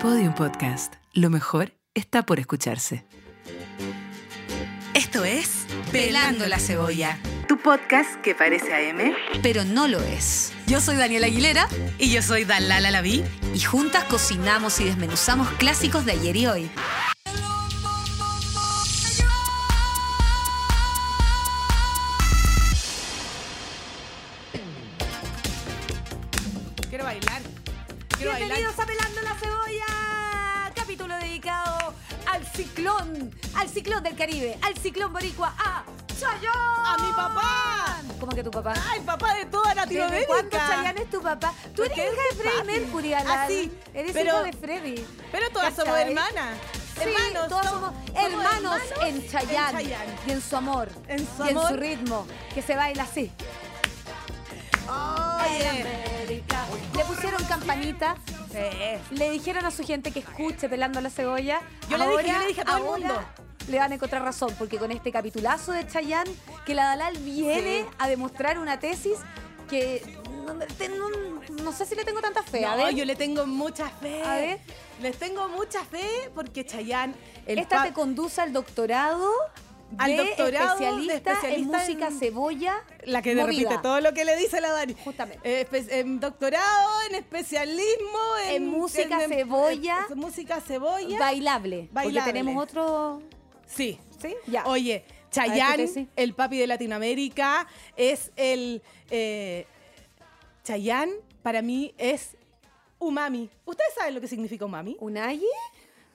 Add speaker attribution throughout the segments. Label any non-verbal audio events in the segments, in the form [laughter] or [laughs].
Speaker 1: Podium Podcast. Lo mejor está por escucharse.
Speaker 2: Esto es Pelando la Cebolla,
Speaker 1: Tu podcast que parece AM.
Speaker 2: pero no lo es. Yo soy Daniela Aguilera
Speaker 1: Y yo soy Dalala Laví.
Speaker 2: y juntas cocinamos y desmenuzamos clásicos de ayer y hoy.
Speaker 3: Quiero bailar. Quiero bailar.
Speaker 4: Bienvenidos a Pelando la Cebolla, capítulo dedicado al ciclón, al ciclón del Caribe, al ciclón boricua, a Chayón.
Speaker 3: ¡A mi papá!
Speaker 4: ¿Cómo que tu papá?
Speaker 3: ¡Ay, papá de toda
Speaker 4: ¿Desde
Speaker 3: Latinoamérica!
Speaker 4: cuándo Chayán es tu papá? Tú eres
Speaker 3: Porque
Speaker 4: hija
Speaker 3: es
Speaker 4: de Freddie
Speaker 3: papi.
Speaker 4: Mercury, Alan.
Speaker 3: Ah, sí,
Speaker 4: Eres
Speaker 3: pero-
Speaker 4: hija de Freddie.
Speaker 3: Pero todas
Speaker 4: ¿Cachai?
Speaker 3: somos hermanas.
Speaker 4: Sí,
Speaker 3: hermanos,
Speaker 4: todos somos, hermanos, en Chayán.
Speaker 3: Chayanne.
Speaker 4: Y en su amor.
Speaker 3: En su
Speaker 4: y en
Speaker 3: amor.
Speaker 4: su ritmo. Que se baila así.
Speaker 3: Oye.
Speaker 4: Le pusieron campanita.
Speaker 3: Sí.
Speaker 4: Le dijeron a su gente que escuche Pelando la Cebolla.
Speaker 3: Yo le dije, yo le dije a todo el
Speaker 4: ahora
Speaker 3: mundo.
Speaker 4: Le van a encontrar razón, porque con este capitulazo de Chayanne, que la Dalal viene
Speaker 3: Sí.
Speaker 4: a demostrar una tesis que no, te- no- no sé si le tengo tanta fe. a
Speaker 3: No,
Speaker 4: ver,
Speaker 3: yo le tengo mucha fe.
Speaker 4: A ver.
Speaker 3: Les tengo mucha fe porque Chayanne... el
Speaker 4: esta
Speaker 3: pa-
Speaker 4: te conduce al doctorado
Speaker 3: Al
Speaker 4: de
Speaker 3: doctorado de
Speaker 4: especialista, en
Speaker 3: especialista
Speaker 4: música
Speaker 3: en-
Speaker 4: cebolla
Speaker 3: La que
Speaker 4: movida.
Speaker 3: repite todo lo que le dice la Dani.
Speaker 4: Justamente.
Speaker 3: Eh, espe- en doctorado, en especialismo, en,
Speaker 4: En música cebolla.
Speaker 3: en música cebolla.
Speaker 4: Bailable,
Speaker 3: Bailable.
Speaker 4: Porque tenemos otro...
Speaker 3: Sí.
Speaker 4: ¿Sí? Ya.
Speaker 3: Oye,
Speaker 4: ver, ¿qué te
Speaker 3: Chayanne,
Speaker 4: sí?
Speaker 3: el papi de Latinoamérica, es el... Eh, Chayanne para mí es umami. ¿Ustedes saben lo que significa umami?
Speaker 4: ¿Unagi?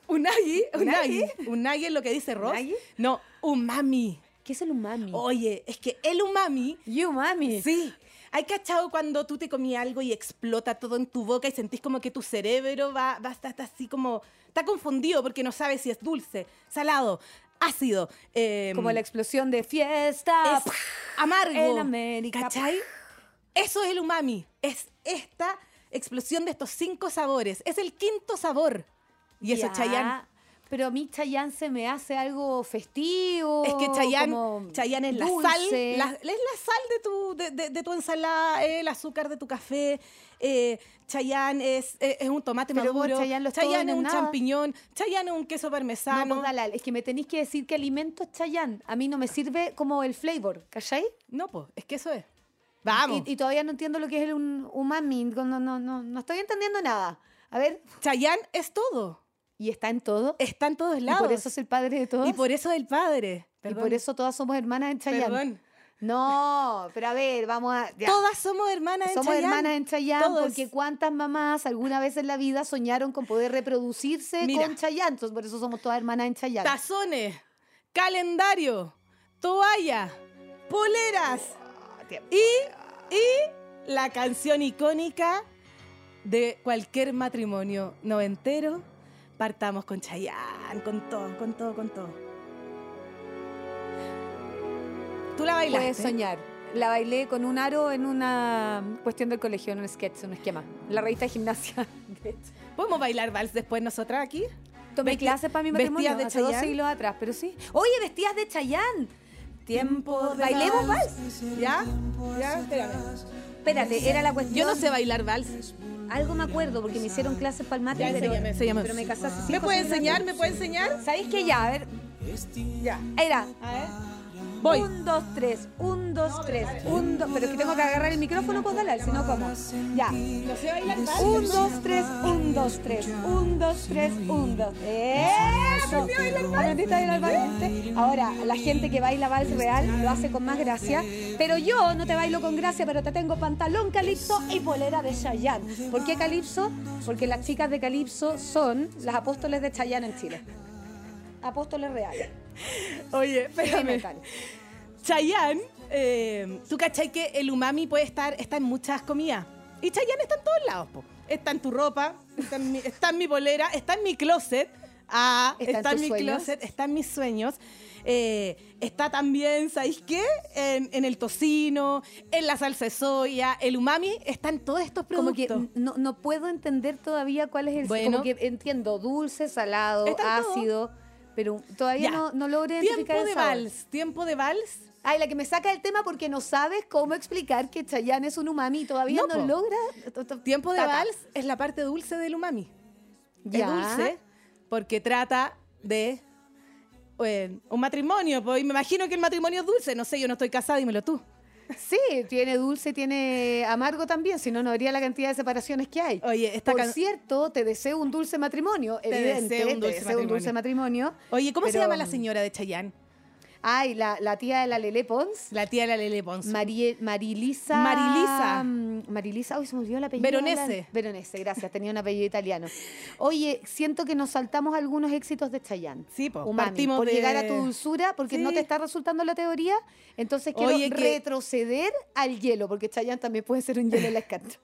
Speaker 3: Unagi,
Speaker 4: ¿Unagi?
Speaker 3: unagi. Unagi es lo que dice Ross.
Speaker 4: ¿Unagi?
Speaker 3: No, umami.
Speaker 4: ¿Qué es el umami?
Speaker 3: Oye, es que el umami...
Speaker 4: You, mami.
Speaker 3: Sí. ¿Hay cachado cuando tú te comí algo y explota todo en tu boca y sentís como que tu cerebro va, va a estar está así como... Está confundido porque no sabe si es dulce, salado, ácido. eh,
Speaker 4: Como la explosión de fiesta.
Speaker 3: es amargo.
Speaker 4: En América.
Speaker 3: ¿Cachai? Eso es el umami. Es esta explosión de estos cinco sabores. Es el quinto sabor. Y eso,
Speaker 4: Ya,
Speaker 3: es Chayanne.
Speaker 4: Pero a mí Chayanne se me hace algo festivo.
Speaker 3: Es que Chayanne,
Speaker 4: Oh, como
Speaker 3: Chayanne es la sal,
Speaker 4: dulce.
Speaker 3: la- es la sal de tu, de, de- de tu ensalada, eh, el azúcar de tu café. Eh, Chayanne es, eh, es un tomate
Speaker 4: Pero vos,
Speaker 3: maduro.
Speaker 4: Chayanne, los todo
Speaker 3: Chayanne
Speaker 4: no
Speaker 3: es
Speaker 4: es
Speaker 3: un
Speaker 4: nada.
Speaker 3: champiñón. Chayanne es un queso
Speaker 4: No,
Speaker 3: parmesano.
Speaker 4: pues, Dalal, es que me tenéis que decir qué alimento es Chayanne. A mí no me sirve como el flavor, ¿cachai?
Speaker 3: No, pues, es que eso es. Vamos.
Speaker 4: Y, y todavía no entiendo lo que es el un- umami. No, no, no, no, no estoy entendiendo nada. A ver,
Speaker 3: Chayanne es todo.
Speaker 4: y está en todo.
Speaker 3: Está en todos
Speaker 4: Y
Speaker 3: lados.
Speaker 4: por eso es el padre de todos.
Speaker 3: Y por eso es el padre.
Speaker 4: y
Speaker 3: Perdón.
Speaker 4: por eso todas somos hermanas en Chayanne.
Speaker 3: Perdón.
Speaker 4: No, pero a ver, vamos a. ya.
Speaker 3: Todas somos hermanas en
Speaker 4: Somos
Speaker 3: Chayanne.
Speaker 4: hermanas en Chayanne
Speaker 3: Todos.
Speaker 4: porque cuántas mamás alguna vez en la vida soñaron con poder reproducirse
Speaker 3: Mira.
Speaker 4: con Chayanne. Entonces, por eso somos todas hermanas en Chayanne.
Speaker 3: Tazones, calendario, toalla, poleras y, y la canción icónica de cualquier matrimonio noventero. Partamos con Chayanne, con todo, con todo, con todo. Tú la bailaste.
Speaker 4: Puedes soñar. La bailé con un aro en una cuestión del colegio, en un sketch, en un esquema. En la revista de gimnasia. de hecho.
Speaker 3: ¿Podemos bailar vals después nosotras aquí?
Speaker 4: Tomé
Speaker 3: Vesti-
Speaker 4: clases para mi
Speaker 3: vestidas
Speaker 4: matrimonio
Speaker 3: de
Speaker 4: hace dos
Speaker 3: Chayanne.
Speaker 4: siglos atrás, pero sí. Oye, vestidas de Chayanne. Tiempo.
Speaker 3: de
Speaker 4: Bailemos vals.
Speaker 3: vals. ¿Ya? ¿Ya? Espérame.
Speaker 4: Espérate, era la cuestión.
Speaker 3: Yo no sé bailar vals.
Speaker 4: Algo me acuerdo porque me hicieron clases para el mate,
Speaker 3: Ya,
Speaker 4: pero,
Speaker 3: enséñame, enséñame.
Speaker 4: pero Ah. me casé hace
Speaker 3: ¿Me
Speaker 4: cinco
Speaker 3: puede
Speaker 4: años.
Speaker 3: enseñar? ¿Me puede enseñar?
Speaker 4: ¿Sabéis que ya? A ver,
Speaker 3: Ya.
Speaker 4: era.
Speaker 3: A ver. Voy.
Speaker 4: Un, dos, tres, un, dos, tres, un, dos. Pero es que tengo que agarrar el micrófono, pues dale, si no, ¿cómo? Ya.
Speaker 3: No sé bailar vals.
Speaker 4: Un, dos, tres, un, dos, tres, un, dos, tres, un, dos. ¡Eso! Aprendiste a bailar vals, ¿viste? Ahora, la gente que baila vals real lo hace con más gracia. Pero yo no te bailo con gracia, pero te tengo pantalón calipso y polera de Chayanne. ¿Por qué calipso? Porque las chicas de calipso son las apóstoles de Chayanne en Chile. Apóstoles reales.
Speaker 3: Oye,
Speaker 4: Heavy
Speaker 3: espérame.
Speaker 4: metal.
Speaker 3: Chayanne, eh, tú cachai que el umami puede estar, está en muchas comidas. Y Chayanne está en todos lados, po. Está en tu ropa, está en mi, está en mi bolera, está en mi closet. Ah,
Speaker 4: Está en
Speaker 3: está, en,
Speaker 4: tus
Speaker 3: mi
Speaker 4: sueños.
Speaker 3: closet, está en mis sueños. Eh, está también, ¿sabéis qué? En, en el tocino, en la salsa de soya, el umami está en todos estos
Speaker 4: Como que
Speaker 3: productos.
Speaker 4: no, no puedo entender todavía cuál es el... Como
Speaker 3: Bueno.
Speaker 4: que entiendo dulce, salado,
Speaker 3: Está en todo.
Speaker 4: ácido, pero todavía
Speaker 3: Ya.
Speaker 4: no, no logro
Speaker 3: tiempo
Speaker 4: identificar el
Speaker 3: de
Speaker 4: sabor.
Speaker 3: vals, tiempo de vals.
Speaker 4: Ay, la que me saca el tema porque no sabes cómo explicar que Chayanne es un umami. Todavía
Speaker 3: No,
Speaker 4: no,
Speaker 3: po.
Speaker 4: logra...
Speaker 3: Tiempo de
Speaker 4: Tata.
Speaker 3: vals es la parte dulce del umami.
Speaker 4: Ya.
Speaker 3: Es dulce porque trata de eh, un matrimonio. Pues, y me imagino que el matrimonio es dulce. No sé, yo no estoy casada, dímelo tú.
Speaker 4: Sí, tiene dulce, tiene amargo también, si no, no habría la cantidad de separaciones que hay.
Speaker 3: Oye, esta
Speaker 4: Por
Speaker 3: can-
Speaker 4: cierto, te deseo un dulce matrimonio, evidente,
Speaker 3: deseo un
Speaker 4: te
Speaker 3: dulce
Speaker 4: deseo un dulce matrimonio.
Speaker 3: Oye, ¿cómo se
Speaker 4: pero,
Speaker 3: llama la señora de Chayanne?
Speaker 4: Ay, la, la tía de la Lele Pons,
Speaker 3: La tía de la Lele Pons.
Speaker 4: Marie- Marilisa...
Speaker 3: Marilisa.
Speaker 4: mm, Marilisa, uy, se me olvidó el apellido.
Speaker 3: Veronese.
Speaker 4: la- Veronese, gracias, tenía un apellido italiano. Oye, siento que nos saltamos algunos éxitos de Chayanne.
Speaker 3: Sí, po,
Speaker 4: Umami,
Speaker 3: Oh. partimos
Speaker 4: por
Speaker 3: de-
Speaker 4: llegar a tu dulzura, porque no
Speaker 3: Sí.
Speaker 4: te está resultando la teoría, entonces quiero
Speaker 3: Oye, que-
Speaker 4: retroceder al hielo, porque Chayanne también puede ser un hielo en la escanta.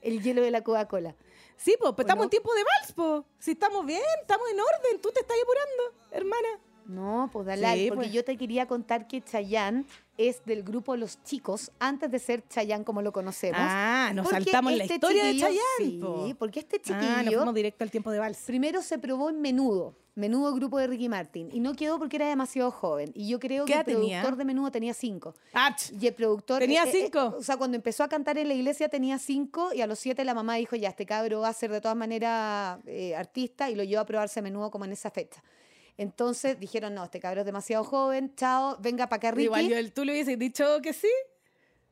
Speaker 4: El hielo de la Coca-Cola.
Speaker 3: sí, pues estamos
Speaker 4: no?
Speaker 3: en tiempo de vals, po. Si estamos bien, estamos en orden. Tú te estás apurando, hermana.
Speaker 4: No, pues dale,
Speaker 3: Sí,
Speaker 4: porque
Speaker 3: pues.
Speaker 4: yo te quería contar que Chayanne es del grupo Los Chicos, antes de ser Chayanne como lo conocemos.
Speaker 3: Ah, nos
Speaker 4: Porque este
Speaker 3: saltamos la historia de
Speaker 4: chiquillo-
Speaker 3: Chayanne,
Speaker 4: Sí,
Speaker 3: po.
Speaker 4: porque este
Speaker 3: Ah, nos
Speaker 4: chiquillo
Speaker 3: fuimos directo al tiempo de vals.
Speaker 4: primero se probó en menudo. Menudo grupo de Ricky Martin. Y no quedó porque era demasiado joven. Y yo creo
Speaker 3: ¿Qué
Speaker 4: que el
Speaker 3: edad tenía?
Speaker 4: productor de menudo tenía cinco.
Speaker 3: Ach.
Speaker 4: Y el productor. eh,
Speaker 3: Tenía cinco.
Speaker 4: o sea, cuando empezó a cantar en la iglesia tenía cinco y a los siete la mamá dijo: Ya, este cabro va a ser de todas maneras eh, artista y lo llevó a probarse a menudo como en esa fecha. Entonces dijeron: No, este cabro es demasiado joven, chao, venga para acá, Ricky.
Speaker 3: Igual yo, el- tú le hubieses dicho que sí.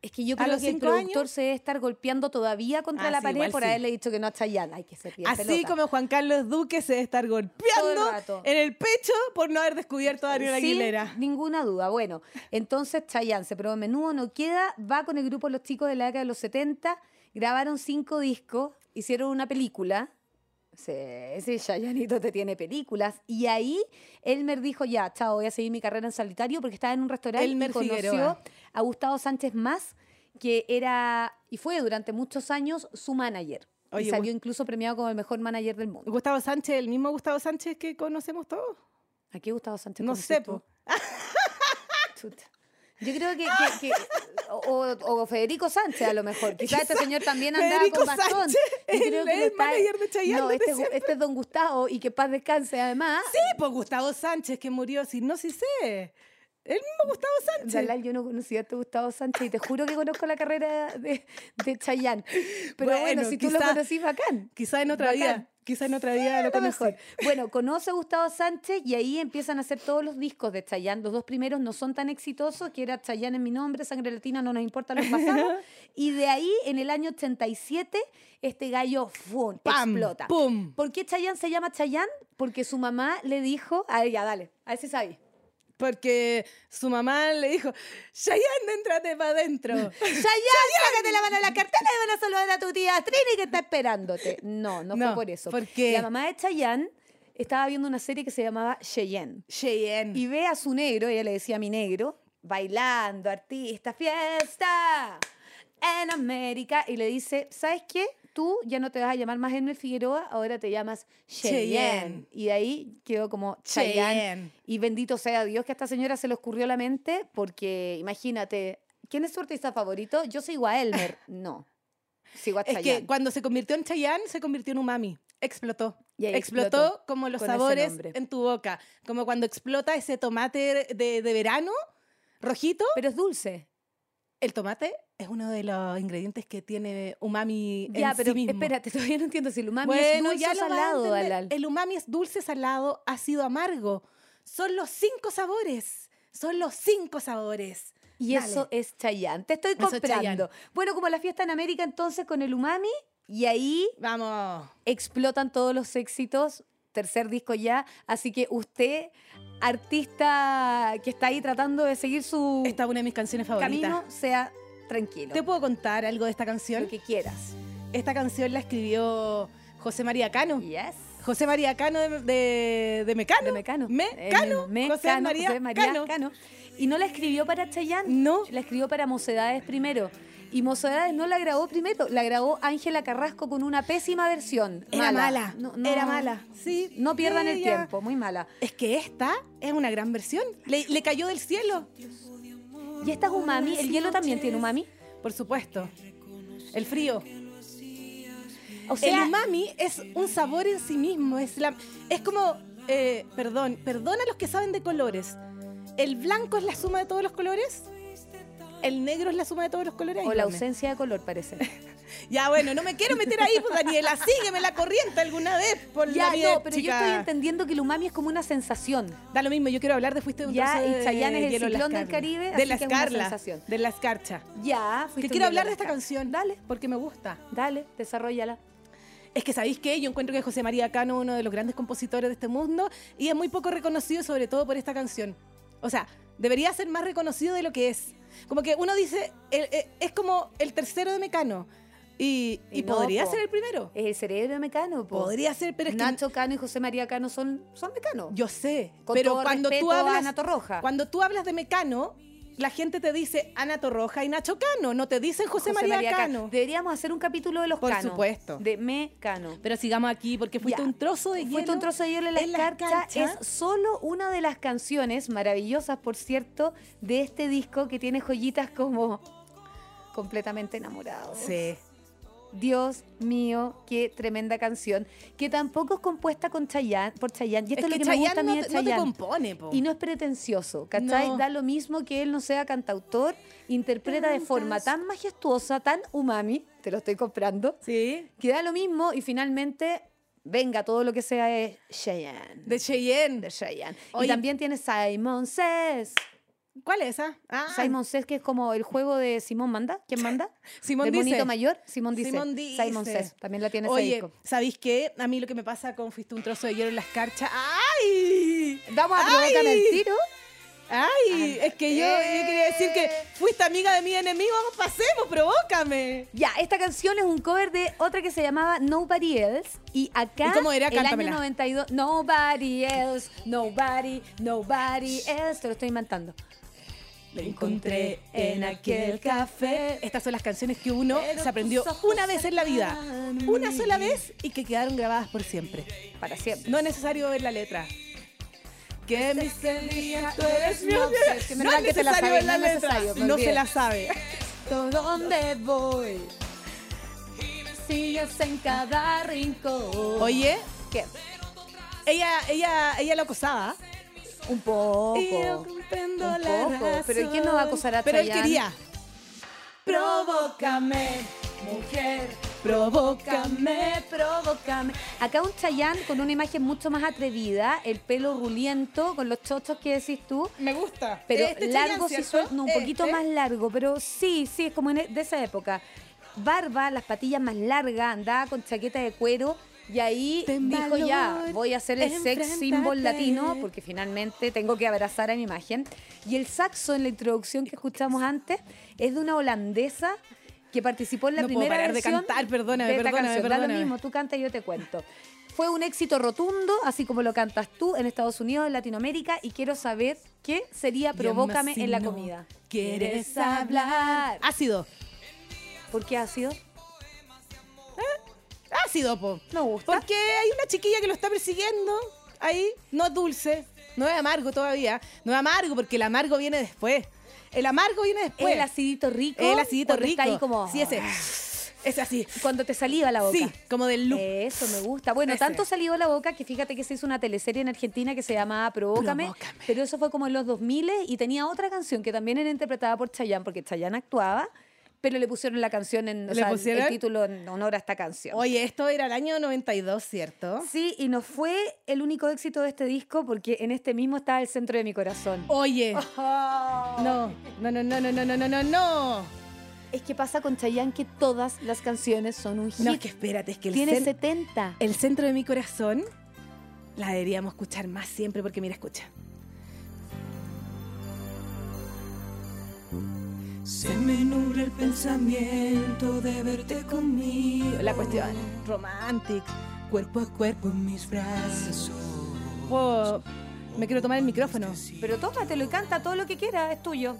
Speaker 4: Es que yo
Speaker 3: ¿A
Speaker 4: creo
Speaker 3: los
Speaker 4: que el
Speaker 3: cinco
Speaker 4: productor
Speaker 3: años?
Speaker 4: se debe estar golpeando todavía contra
Speaker 3: Ah,
Speaker 4: la
Speaker 3: sí,
Speaker 4: pared
Speaker 3: igual
Speaker 4: por
Speaker 3: sí.
Speaker 4: haberle dicho que no a Chayanne. Ay, que se pide
Speaker 3: Así
Speaker 4: pelota.
Speaker 3: como Juan Carlos Duque se debe estar
Speaker 4: Todo
Speaker 3: golpeando
Speaker 4: el rato.
Speaker 3: en el pecho por no haber descubierto a Daniel
Speaker 4: Sin
Speaker 3: Aguilera.
Speaker 4: ninguna duda. Bueno, entonces Chayanne se probó en menudo, no queda, va con el grupo Los Chicos de la década de los 70, grabaron cinco discos, hicieron una película. Sí, sí, Chayanito te tiene películas. Y ahí Elmer dijo, ya, chao, voy a seguir mi carrera en solitario porque estaba en un restaurante
Speaker 3: Elmer
Speaker 4: y conoció
Speaker 3: Figueroa.
Speaker 4: a Gustavo Sánchez Más, que era, y fue durante muchos años, su manager. y
Speaker 3: Oye,
Speaker 4: salió
Speaker 3: Gus-
Speaker 4: incluso premiado como el mejor manager del mundo.
Speaker 3: Gustavo Sánchez, el mismo Gustavo Sánchez que conocemos todos.
Speaker 4: ¿A qué Gustavo Sánchez
Speaker 3: No
Speaker 4: conociste
Speaker 3: sé,
Speaker 4: tú?
Speaker 3: po.
Speaker 4: Chuta. Yo creo que, que- que- o, o- o Federico Sánchez a lo mejor. Quizás este señor también andaba
Speaker 3: Federico
Speaker 4: con bastón.
Speaker 3: Sánchez,
Speaker 4: Yo creo
Speaker 3: el-
Speaker 4: que no
Speaker 3: el manager de Chayanne
Speaker 4: No,
Speaker 3: desde
Speaker 4: este, es-
Speaker 3: siempre.
Speaker 4: este es Don Gustavo y que paz descanse además.
Speaker 3: Sí, pues Gustavo Sánchez que murió, si no, si sé. El mismo Gustavo Sánchez.
Speaker 4: Dalal, yo no conocía a este Gustavo Sánchez y te juro que conozco la carrera de, de Chayanne. Pero bueno,
Speaker 3: Bueno,
Speaker 4: si tú lo
Speaker 3: quizá-
Speaker 4: conocí, bacán.
Speaker 3: Quizá en otra
Speaker 4: Bacán.
Speaker 3: vida, quizá en otra vida lo
Speaker 4: Lo
Speaker 3: conocí.
Speaker 4: mejor. Bueno, conoce a Gustavo Sánchez y ahí empiezan a hacer todos los discos de Chayanne. Los dos primeros no son tan exitosos, que era Chayanne en mi nombre, Sangre Latina, no nos importa, los [laughs] pasamos. y de ahí, en el año 87, este gallo ¡fum!
Speaker 3: Pam,
Speaker 4: explota.
Speaker 3: pum.
Speaker 4: ¿Por qué Chayanne se llama Chayanne? Porque su mamá le dijo... A ver, ya, dale, a ver si sabí.
Speaker 3: Porque su mamá le dijo, Chayanne, entrate para adentro.
Speaker 4: [laughs] ¡Chayanne, sácate la mano de la cartera y van a saludar a tu tía Trini que está esperándote! No, no, fue
Speaker 3: No,
Speaker 4: por eso.
Speaker 3: porque-
Speaker 4: La mamá de Chayanne estaba viendo una serie que se llamaba [laughs] Cheyenne.
Speaker 3: Cheyenne.
Speaker 4: y ve a su negro, ella le decía mi negro, bailando, artista, fiesta en América, y le dice, ¿sabes qué? Tú ya no te vas a llamar más Elmer Figueroa, ahora te llamas Cheyenne.
Speaker 3: Cheyenne.
Speaker 4: Y de ahí quedó como Cheyenne.
Speaker 3: Cheyenne.
Speaker 4: Y bendito sea Dios que a esta señora se le oscurrió la mente, porque imagínate, ¿quién es tu artista favorito? Yo sigo
Speaker 3: [laughs]
Speaker 4: a Elmer. No, sigo a
Speaker 3: Es
Speaker 4: Chayanne.
Speaker 3: que cuando se convirtió en Chayanne, se convirtió en umami. Explotó.
Speaker 4: Y ahí
Speaker 3: explotó,
Speaker 4: explotó
Speaker 3: como los
Speaker 4: con ese
Speaker 3: sabores
Speaker 4: nombre.
Speaker 3: en tu boca. Como cuando explota ese tomate de, de verano, rojito.
Speaker 4: Pero es dulce.
Speaker 3: El tomate es uno de los ingredientes que tiene umami
Speaker 4: Ya,
Speaker 3: en
Speaker 4: pero
Speaker 3: sí mismo.
Speaker 4: espérate, [laughs] todavía no entiendo si el umami es
Speaker 3: bueno,
Speaker 4: dulce
Speaker 3: ya
Speaker 4: o
Speaker 3: lo vas a
Speaker 4: salado,
Speaker 3: entender.
Speaker 4: Dalal.
Speaker 3: El umami es dulce, salado, ácido, amargo. Son los cinco sabores. Son los cinco sabores.
Speaker 4: Y
Speaker 3: Dale.
Speaker 4: eso es Chayanne. Te estoy
Speaker 3: Eso es
Speaker 4: comprando. Bueno, como la fiesta en América entonces con el umami y ahí
Speaker 3: Vamos.
Speaker 4: explotan todos los éxitos. Tercer disco ya. Así que usted, artista que está ahí tratando de seguir su
Speaker 3: Esta es una de mis canciones favoritas.
Speaker 4: camino, sea tranquilo.
Speaker 3: ¿Te puedo contar algo de esta
Speaker 4: Lo
Speaker 3: canción?
Speaker 4: que quieras.
Speaker 3: Esta canción la escribió José María Cano.
Speaker 4: Yes.
Speaker 3: José María Cano de, de, de Mecano.
Speaker 4: De Mecano. El mismo.
Speaker 3: Mecano. José
Speaker 4: Mecano,
Speaker 3: María,
Speaker 4: José María
Speaker 3: Cano.
Speaker 4: Cano. Y no la escribió para Chayanne.
Speaker 3: No.
Speaker 4: La escribió para Mocedades primero. Y Mocedades no la grabó primero, la grabó Ángela Carrasco con una pésima versión.
Speaker 3: Era mala.
Speaker 4: No, no,
Speaker 3: Era mala. Sí,
Speaker 4: No pierdan el
Speaker 3: ella-
Speaker 4: tiempo, muy mala.
Speaker 3: Es que esta es una gran versión. Le, le cayó del cielo,
Speaker 4: Y esta es umami, el hielo también tiene umami.
Speaker 3: por supuesto. El frío.
Speaker 4: O sea,
Speaker 3: el umami es un sabor en sí mismo. Es, la, es como, eh, perdón, perdón a los que saben de colores. El blanco es la suma de todos los colores. El negro es la suma de todos los colores.
Speaker 4: o la
Speaker 3: Ayúdame. [laughs]
Speaker 4: ausencia de color parece.
Speaker 3: Ya, bueno, no me quiero meter ahí, pues Daniela, sígueme la corriente alguna vez por la
Speaker 4: Ya,
Speaker 3: vida,
Speaker 4: no, pero
Speaker 3: chica.
Speaker 4: yo estoy entendiendo que el umami es como una sensación.
Speaker 3: Da lo mismo, yo quiero hablar de Fuiste un
Speaker 4: Ya,
Speaker 3: trozo de
Speaker 4: y Chayanne es el
Speaker 3: hielo en las
Speaker 4: ciclón del
Speaker 3: carnes.
Speaker 4: Caribe, así
Speaker 3: De la
Speaker 4: que es una
Speaker 3: escarla,
Speaker 4: sensación.
Speaker 3: de la escarcha.
Speaker 4: Ya, fuiste
Speaker 3: Que
Speaker 4: un
Speaker 3: quiero hablar de
Speaker 4: violador.
Speaker 3: esta canción.
Speaker 4: Dale,
Speaker 3: Porque me gusta.
Speaker 4: dale, desarrollala.
Speaker 3: Es que sabéis que yo encuentro que José María Cano es uno de los grandes compositores de este mundo y es muy poco reconocido sobre todo por esta canción. O sea, debería ser más reconocido de lo que es. Como que uno dice, el- eh, es como el tercero de Mecano y,
Speaker 4: Y
Speaker 3: y
Speaker 4: no,
Speaker 3: podría
Speaker 4: po.
Speaker 3: ser el primero.
Speaker 4: Es el cerebro de Mecano, po.
Speaker 3: Podría ser, pero es
Speaker 4: Nacho Cano y José María Cano son, son Mecano.
Speaker 3: que yo sé,
Speaker 4: Con
Speaker 3: pero
Speaker 4: todo
Speaker 3: cuando
Speaker 4: respeto
Speaker 3: tú
Speaker 4: a
Speaker 3: hablas
Speaker 4: Ana Torroja.
Speaker 3: cuando tú hablas de Mecano, la gente te dice Ana Torroja y Nacho Cano, no te dicen José, María, Cano.
Speaker 4: Deberíamos hacer un capítulo de los
Speaker 3: Por
Speaker 4: Cano.
Speaker 3: supuesto.
Speaker 4: De Mecano.
Speaker 3: Pero sigamos aquí porque fuiste
Speaker 4: Ya.
Speaker 3: un trozo de
Speaker 4: Fuiste
Speaker 3: hielo
Speaker 4: un trozo de hielo en la escarcha.
Speaker 3: escarcha.
Speaker 4: Es solo una de las canciones, maravillosas por cierto, de este disco que tiene joyitas como completamente enamorado.
Speaker 3: Sí.
Speaker 4: Dios mío, qué tremenda canción. Que tampoco es compuesta con Chayanne, por Chayanne. Y esto es, lo que me gusta a
Speaker 3: Chayanne
Speaker 4: mí
Speaker 3: no,
Speaker 4: de
Speaker 3: te- no te
Speaker 4: Chayanne.
Speaker 3: compone, po.
Speaker 4: Y no es pretencioso, ¿cachai?
Speaker 3: No.
Speaker 4: Da lo mismo que él no sea cantautor, interpreta de forma tan majestuosa, tan umami, te lo estoy comprando,
Speaker 3: Sí.
Speaker 4: que da lo mismo y finalmente venga todo lo que sea es Cheyenne.
Speaker 3: De Cheyenne.
Speaker 4: De Cheyenne. Y
Speaker 3: Oye.
Speaker 4: también tiene Simon Says.
Speaker 3: ¿Cuál es esa? Ah,
Speaker 4: Simon Says, que es como el juego de Simón Manda.
Speaker 3: [laughs]
Speaker 4: ¿Quién manda?
Speaker 3: Simón
Speaker 4: Del
Speaker 3: dice.
Speaker 4: monito mayor, Simón dice.
Speaker 3: Simón dice.
Speaker 4: Simon Says, también la tiene ese
Speaker 3: Oye,
Speaker 4: disco.
Speaker 3: ¿sabéis qué? A mí lo que me pasa con Fuiste un trozo de hielo en la escarcha. ¡Ay!
Speaker 4: Vamos a provocar el
Speaker 3: ¡Ay!
Speaker 4: tiro.
Speaker 3: ¡Ay! Es que yo, yo quería decir que fuiste amiga de mi enemigo. Pasemos, provócame.
Speaker 4: Ya, esta canción es un cover de otra que se llamaba Nobody Else. Y acá,
Speaker 3: ¿Y cómo era?
Speaker 4: el año
Speaker 3: Cántamela.
Speaker 4: 92, Nobody Else, Nobody, Nobody Else. Te lo estoy inventando.
Speaker 3: Lo encontré en aquel café. Estas son las canciones que uno se aprendió una vez en la vida. Una sola vez y que quedaron grabadas por siempre.
Speaker 4: Para siempre.
Speaker 3: No es necesario ver la letra. Que mis semillas, tú eres mi
Speaker 4: No, pero es que
Speaker 3: obsesión.
Speaker 4: es verdad que te la sabes, no es necesario, pero
Speaker 3: No
Speaker 4: bien.
Speaker 3: se la sabe.
Speaker 4: ¿Dónde voy? Sigues en cada rincón.
Speaker 3: Oye,
Speaker 4: ¿Qué?
Speaker 3: ella, ella, ella lo acosaba.
Speaker 4: Un poco.
Speaker 3: Y yo comprendo
Speaker 4: Un
Speaker 3: la
Speaker 4: poco, pero
Speaker 3: razón.
Speaker 4: ¿quién no va a acosar a
Speaker 3: Pero él
Speaker 4: Chayanne?
Speaker 3: quería. Provócame, mujer, provócame.
Speaker 4: Provócame, provócame. Acá un Chayán con una imagen mucho más atrevida, el pelo ruliento, con los chochos que decís tú.
Speaker 3: Me gusta.
Speaker 4: Pero
Speaker 3: Este
Speaker 4: largo
Speaker 3: Chayanne,
Speaker 4: sí
Speaker 3: ¿cierto?
Speaker 4: suel- no, un poquito
Speaker 3: Este.
Speaker 4: más largo, pero sí, sí, es como en e- de esa época. Barba, las patillas más largas, andaba con chaqueta de cuero y ahí
Speaker 3: Ten
Speaker 4: dijo
Speaker 3: valor,
Speaker 4: ya, voy a ser el sex
Speaker 3: enfréntate".
Speaker 4: symbol latino porque finalmente tengo que abrazar a mi imagen. Y el saxo en la introducción que escuchamos antes es de una holandesa que participó en la
Speaker 3: No puedo
Speaker 4: primera
Speaker 3: parar de
Speaker 4: versión
Speaker 3: cantar, perdóname,
Speaker 4: de esta
Speaker 3: perdóname,
Speaker 4: canción. Da lo
Speaker 3: perdóname.
Speaker 4: mismo, tú canta y yo te cuento. Fue un éxito rotundo, así como lo cantas tú en Estados Unidos, en Latinoamérica, y quiero saber qué sería Provócame
Speaker 3: Y aún así
Speaker 4: en la
Speaker 3: no
Speaker 4: comida.
Speaker 3: ¿Quieres hablar? Ácido.
Speaker 4: ¿Por qué ácido?
Speaker 3: Ácido, po.
Speaker 4: Me gusta.
Speaker 3: Porque hay una chiquilla que lo está persiguiendo ahí, no es dulce, no es amargo todavía, no es amargo porque el amargo viene después. El amargo viene después.
Speaker 4: el acidito rico.
Speaker 3: El acidito
Speaker 4: cuando
Speaker 3: rico.
Speaker 4: Está ahí como,
Speaker 3: Sí, ese. Es así.
Speaker 4: Cuando te saliva la boca. Eh,
Speaker 3: Sí, como del look.
Speaker 4: Eso me gusta. Bueno,
Speaker 3: Ese.
Speaker 4: tanto salió la boca que fíjate que se hizo una teleserie en Argentina que se llamaba Provócame,
Speaker 3: Provócame.
Speaker 4: pero eso fue como en los 2000 y tenía otra canción que también era interpretada por Chayanne porque Chayanne actuaba, pero le pusieron la canción en o
Speaker 3: ¿Le
Speaker 4: sea, el
Speaker 3: pusieron?
Speaker 4: título en honor a esta canción.
Speaker 3: Oye, esto era el año 92, ¿cierto?
Speaker 4: Sí, y no fue el único éxito de este disco porque en este mismo estaba el centro de mi corazón.
Speaker 3: Oye. No, no, no, no, no, no, no, no, no, no.
Speaker 4: Es que pasa con Chayanne que todas las canciones son un hit.
Speaker 3: No, es que espérate, es que el,
Speaker 4: Tiene
Speaker 3: cen-
Speaker 4: 70.
Speaker 3: el centro de mi corazón la deberíamos escuchar más siempre porque mira, escucha.
Speaker 2: Se me nubla el pensamiento de verte conmigo.
Speaker 3: La cuestión romantic.
Speaker 2: Cuerpo a cuerpo en mis brazos.
Speaker 3: Wow, me quiero tomar el micrófono.
Speaker 4: Pero tómatelo y canta todo lo que quiera, es tuyo.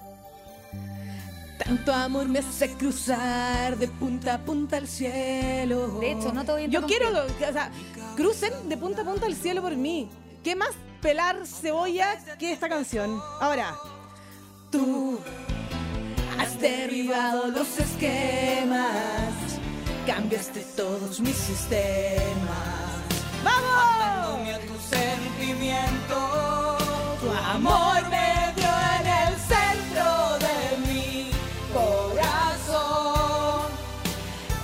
Speaker 2: Tanto amor me hace cruzar de punta a punta al cielo.
Speaker 4: De hecho, no te voy a
Speaker 3: Yo
Speaker 4: interrumpir.
Speaker 3: quiero, o sea, crucen de punta a punta al cielo por mí. ¿Qué más pelar cebolla que esta canción? Ahora,
Speaker 2: tú has derribado los esquemas. Cambiaste todos mis sistemas.
Speaker 3: ¡vamos!
Speaker 2: a tu sentimiento. Tu amor me dio en el centro de mi corazón.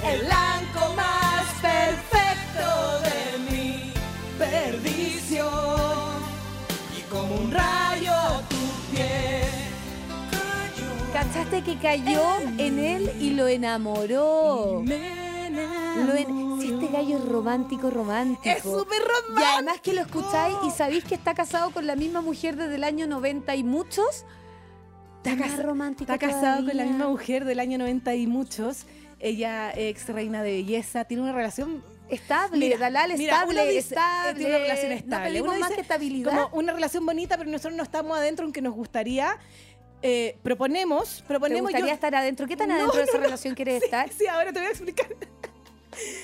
Speaker 2: El
Speaker 4: dice que cayó en él y lo enamoró. Lo en- Oh. Si este gallo es romántico, romántico.
Speaker 3: Es súper
Speaker 4: Y
Speaker 3: romántico.
Speaker 4: además que lo escucháis y sabéis que está casado con la misma mujer desde el año 90 y muchos. Está
Speaker 3: casa-
Speaker 4: romántico.
Speaker 3: Está casado con la
Speaker 4: todavía.
Speaker 3: misma mujer del año 90 y muchos. Ella, ex reina de belleza, tiene una relación
Speaker 4: Estable,
Speaker 3: Mira,
Speaker 4: Dalal,
Speaker 3: mira,
Speaker 4: estable,
Speaker 3: uno dice, eh,
Speaker 4: estable.
Speaker 3: tiene una relación estable.
Speaker 4: No pedimos
Speaker 3: Uno
Speaker 4: más
Speaker 3: dice,
Speaker 4: que estabilidad.
Speaker 3: como una relación bonita, pero nosotros no estamos adentro aunque nos gustaría. Eh, proponemos,
Speaker 4: ¿Te
Speaker 3: proponemos yo-
Speaker 4: gustaría estar adentro? ¿Qué tan
Speaker 3: No,
Speaker 4: adentro de esa
Speaker 3: no, no.
Speaker 4: relación quieres estar?
Speaker 3: [laughs] Sí, ahora te voy a explicar.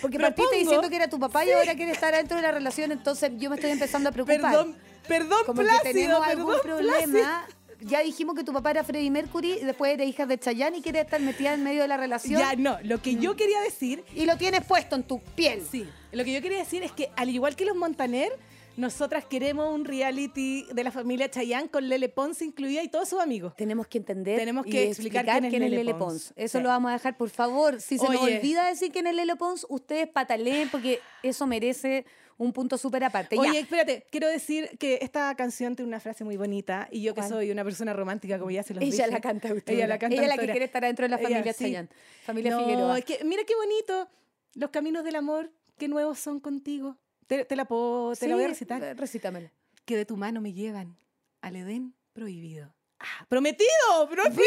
Speaker 4: Porque
Speaker 3: Propongo-
Speaker 4: partiste diciendo que era tu papá y ahora quieres estar adentro de la relación, entonces yo me estoy empezando a preocupar.
Speaker 3: Perdón, perdón,
Speaker 4: Como que
Speaker 3: Plácido,
Speaker 4: tenemos algún
Speaker 3: perdón, Plácido.
Speaker 4: problema. Ya dijimos que tu papá era Freddie Mercury, y después era hija de Chayanne y quieres estar metida en medio de la relación.
Speaker 3: Ya, no, lo que
Speaker 4: Mm.
Speaker 3: yo quería decir,
Speaker 4: Y lo tienes puesto en tu piel.
Speaker 3: sí, lo que yo quería decir es que al igual que los Montaner, nosotras queremos un reality de la familia Chayanne con Lele Pons incluida y todos sus amigos.
Speaker 4: Tenemos que entender.
Speaker 3: Tenemos
Speaker 4: y
Speaker 3: que explicar quién es Lele Pons.
Speaker 4: Eso
Speaker 3: Sí.
Speaker 4: lo vamos a dejar, por favor. Si se nos
Speaker 3: Oye.
Speaker 4: olvida decir quién es Lele Pons, ustedes pataleen porque eso merece un punto súper aparte. Ya.
Speaker 3: Oye, espérate, quiero decir que esta canción tiene una frase muy bonita y yo que
Speaker 4: ¿Cuál?
Speaker 3: soy una persona romántica, como ya se los
Speaker 4: ella
Speaker 3: dije.
Speaker 4: la canta autora.
Speaker 3: Ella la canta
Speaker 4: Ella la que
Speaker 3: autora.
Speaker 4: quiere estar adentro de la
Speaker 3: Ella,
Speaker 4: familia
Speaker 3: sí.
Speaker 4: Chayanne. Familia
Speaker 3: No,
Speaker 4: Figueroa.
Speaker 3: es que mira qué bonito. Los caminos del amor, qué nuevos son contigo. Te, te la puedo, te la voy a
Speaker 4: Sí,
Speaker 3: recitar.
Speaker 4: eh, Recítamela.
Speaker 3: Que de tu mano me llevan al Edén prohibido. Ah, ¡Prometido! ¡Prometido!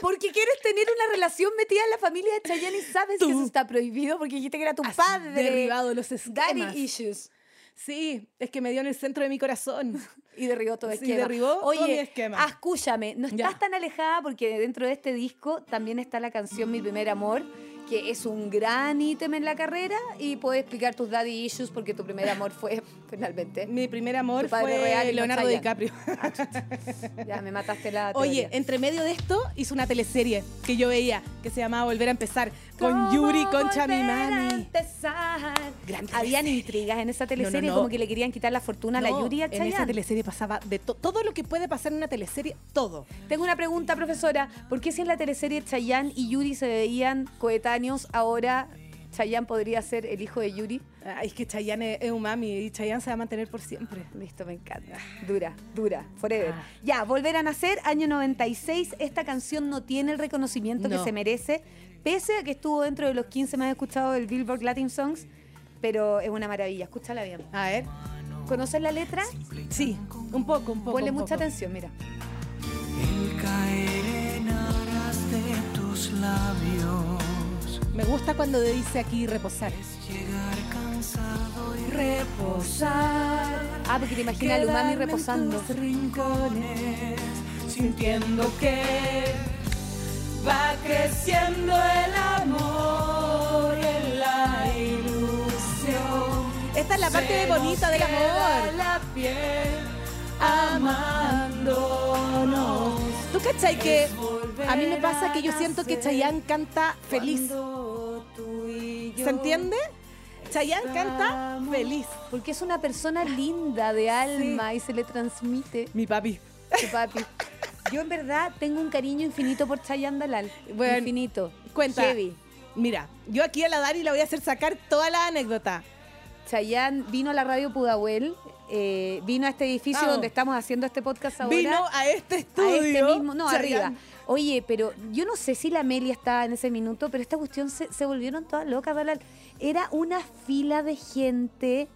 Speaker 4: Porque quieres tener una relación metida en la familia de Chayanne y sabes que eso está prohibido porque dijiste que era tu
Speaker 3: Has
Speaker 4: padre.
Speaker 3: derribado los esquemas.
Speaker 4: Daddy issues.
Speaker 3: Sí, es que me dio en el centro de mi corazón.
Speaker 4: Y derribó todo
Speaker 3: Sí,
Speaker 4: esquema.
Speaker 3: derribó todo
Speaker 4: Oye,
Speaker 3: mi esquema.
Speaker 4: ah, escúchame, no estás
Speaker 3: Ya.
Speaker 4: tan alejada porque dentro de este disco también está la canción Mi Primer Amor, que es un gran ítem en la carrera y puedes explicar tus daddy issues porque tu primer amor fue [laughs]
Speaker 3: [laughs]
Speaker 4: finalmente.
Speaker 3: Mi primer amor
Speaker 4: Tu padre
Speaker 3: fue
Speaker 4: real y no
Speaker 3: Leonardo
Speaker 4: Chayanne.
Speaker 3: DiCaprio.
Speaker 4: Ya me mataste la
Speaker 3: Oye,
Speaker 4: teoría.
Speaker 3: entre medio de esto hizo una teleserie que yo veía que se llamaba Volver a empezar con Yuri
Speaker 4: ¿Cómo
Speaker 3: Concha mi
Speaker 4: volver a
Speaker 3: mami.
Speaker 4: empezar?
Speaker 3: Gran
Speaker 4: Habían
Speaker 3: teleserie.
Speaker 4: intrigas en esa teleserie
Speaker 3: no.
Speaker 4: como que le querían quitar la fortuna a la
Speaker 3: No,
Speaker 4: Yuri y a
Speaker 3: en esa
Speaker 4: Chayanne.
Speaker 3: teleserie pasaba de to- todo lo que puede pasar en una teleserie, todo.
Speaker 4: Tengo una pregunta, profesora. ¿Por qué si en la teleserie Chayanne y Yuri se veían coetáneos, ahora Chayanne podría ser el hijo de Yuri?
Speaker 3: Ay, es que Chayanne es, es un mami y Chayanne se va a mantener por siempre.
Speaker 4: Listo, me encanta. Dura, dura, forever.
Speaker 3: Ah.
Speaker 4: Ya, Volver a Nacer, año 96. Esta canción no tiene el reconocimiento que
Speaker 3: No.
Speaker 4: se merece, pese a que estuvo dentro de los 15 más escuchados del Billboard Latin Songs, pero es una maravilla. Escúchala bien.
Speaker 3: A ver.
Speaker 4: ¿Conoces la letra?
Speaker 3: Sí, un poco, un poco.
Speaker 4: Ponle
Speaker 3: un
Speaker 4: mucha
Speaker 3: poco.
Speaker 4: atención, mira.
Speaker 2: El caer en aras de tus labios,
Speaker 3: Me gusta cuando dice aquí reposar.
Speaker 2: llegar cansado y
Speaker 3: Reposar.
Speaker 4: Ah, porque te imaginas al umami reposando.
Speaker 2: rincones,
Speaker 3: Sintiendo que va creciendo el amor y la ilusión. Esta es la parte bonita del amor. La piel amándonos. ¿Tú cachai que a mí me pasa que yo siento que Chayanne canta feliz? ¿Se entiende? Chayanne canta feliz.
Speaker 4: Porque es una persona linda de alma y se le transmite
Speaker 3: Mi papi.
Speaker 4: su papi. Yo en verdad tengo un cariño infinito por Chayanne Dalal.
Speaker 3: Bueno,
Speaker 4: infinito.
Speaker 3: cuenta.
Speaker 4: Heavy.
Speaker 3: Mira, yo aquí a la Dani la voy a hacer sacar toda la anécdota.
Speaker 4: Chayanne vino a la radio Pudahuel, eh, vino a este edificio
Speaker 3: Vamos.
Speaker 4: donde estamos haciendo este podcast ahora.
Speaker 3: Ah. Vino a este estudio.
Speaker 4: a este mismo, no,
Speaker 3: Chayanne.
Speaker 4: arriba. Oye, pero yo no sé si la Meli estaba en ese minuto, pero esta cuestión se, se volvieron todas locas, Dalal. Era una fila de gente,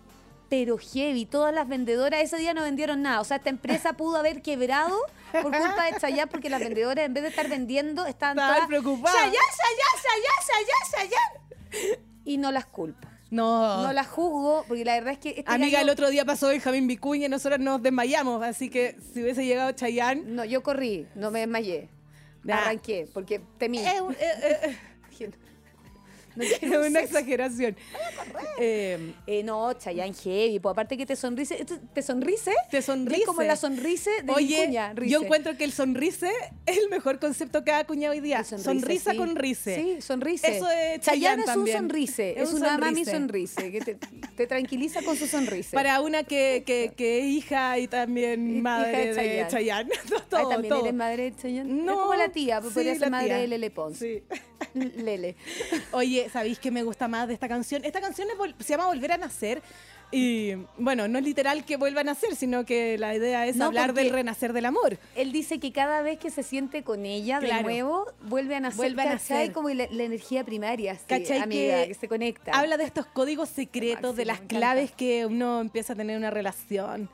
Speaker 4: pero heavy. Todas las vendedoras ese día no vendieron nada. O sea,
Speaker 3: [laughs]
Speaker 4: esta empresa pudo haber quebrado por culpa de Chayanne, porque las vendedoras en vez de estar vendiendo estaban
Speaker 3: Estaban
Speaker 4: todas
Speaker 3: preocupadas.
Speaker 4: "Chayanne, Chayanne, Chayanne, Chayanne, Chayanne". Y no las culpo.
Speaker 3: No.
Speaker 4: No las juzgo, porque la verdad es que... este
Speaker 3: Amiga,
Speaker 4: gallo-
Speaker 3: el otro día pasó Benjamín Vicuña y nosotros nos desmayamos, así que si hubiese llegado Chayanne...
Speaker 4: No, yo corrí, no me desmayé.
Speaker 3: Nah.
Speaker 4: Arranqué, porque temí.
Speaker 3: Ah. Es, un- eh, eh, [laughs]
Speaker 4: No
Speaker 3: es
Speaker 4: quiero
Speaker 3: una
Speaker 4: sexo.
Speaker 3: exageración. Eh,
Speaker 4: Eh, no, Chayanne heavy, pues aparte que te sonrise, te- te sonrise,
Speaker 3: te
Speaker 4: es
Speaker 3: sonríe.
Speaker 4: como la sonrise de
Speaker 3: Oye,
Speaker 4: Vicuña, Rice.
Speaker 3: yo encuentro que el sonrise es el mejor concepto que ha acuñado hoy día.
Speaker 4: El sonrise,
Speaker 3: Sonrisa
Speaker 4: sí.
Speaker 3: con rice.
Speaker 4: Sí, sonrise.
Speaker 3: Eso es
Speaker 4: Chayanne
Speaker 3: Chayanne
Speaker 4: es
Speaker 3: también.
Speaker 4: un sonrise, es,
Speaker 3: Es un
Speaker 4: una mami
Speaker 3: sonrise.
Speaker 4: sonrise, que te, te tranquiliza con su sonrisa.
Speaker 3: Para una que, que- que es hija y también
Speaker 4: Hija
Speaker 3: madre
Speaker 4: de
Speaker 3: de
Speaker 4: Chayanne.
Speaker 3: Chayanne. [laughs]
Speaker 4: Ay,
Speaker 3: todo,
Speaker 4: también
Speaker 3: todo.
Speaker 4: eres madre de Chayanne. No, como la tía, pero
Speaker 3: sí,
Speaker 4: podría ser
Speaker 3: la
Speaker 4: madre
Speaker 3: tía.
Speaker 4: de Lele Pons.
Speaker 3: Sí.
Speaker 4: [laughs]
Speaker 3: [laughs]
Speaker 4: Lele.
Speaker 3: Oye, ¿sabéis qué me gusta más de esta canción? Esta canción es vol- se llama Volver a Nacer Y bueno, no es literal que vuelvan a ser, sino que la idea es
Speaker 4: No,
Speaker 3: hablar
Speaker 4: porque-
Speaker 3: del renacer del amor.
Speaker 4: Él dice que cada vez que se siente con ella de
Speaker 3: Claro.
Speaker 4: nuevo, vuelven a ser,
Speaker 3: Vuelven a
Speaker 4: ¿cachai?
Speaker 3: ser.
Speaker 4: Como la, la energía primaria, así,
Speaker 3: ¿Cachai
Speaker 4: amiga, que,
Speaker 3: que
Speaker 4: se conecta.
Speaker 3: Habla de estos códigos secretos,
Speaker 4: Máximo,
Speaker 3: de las
Speaker 4: me encanta.
Speaker 3: claves que uno empieza a tener en una relación.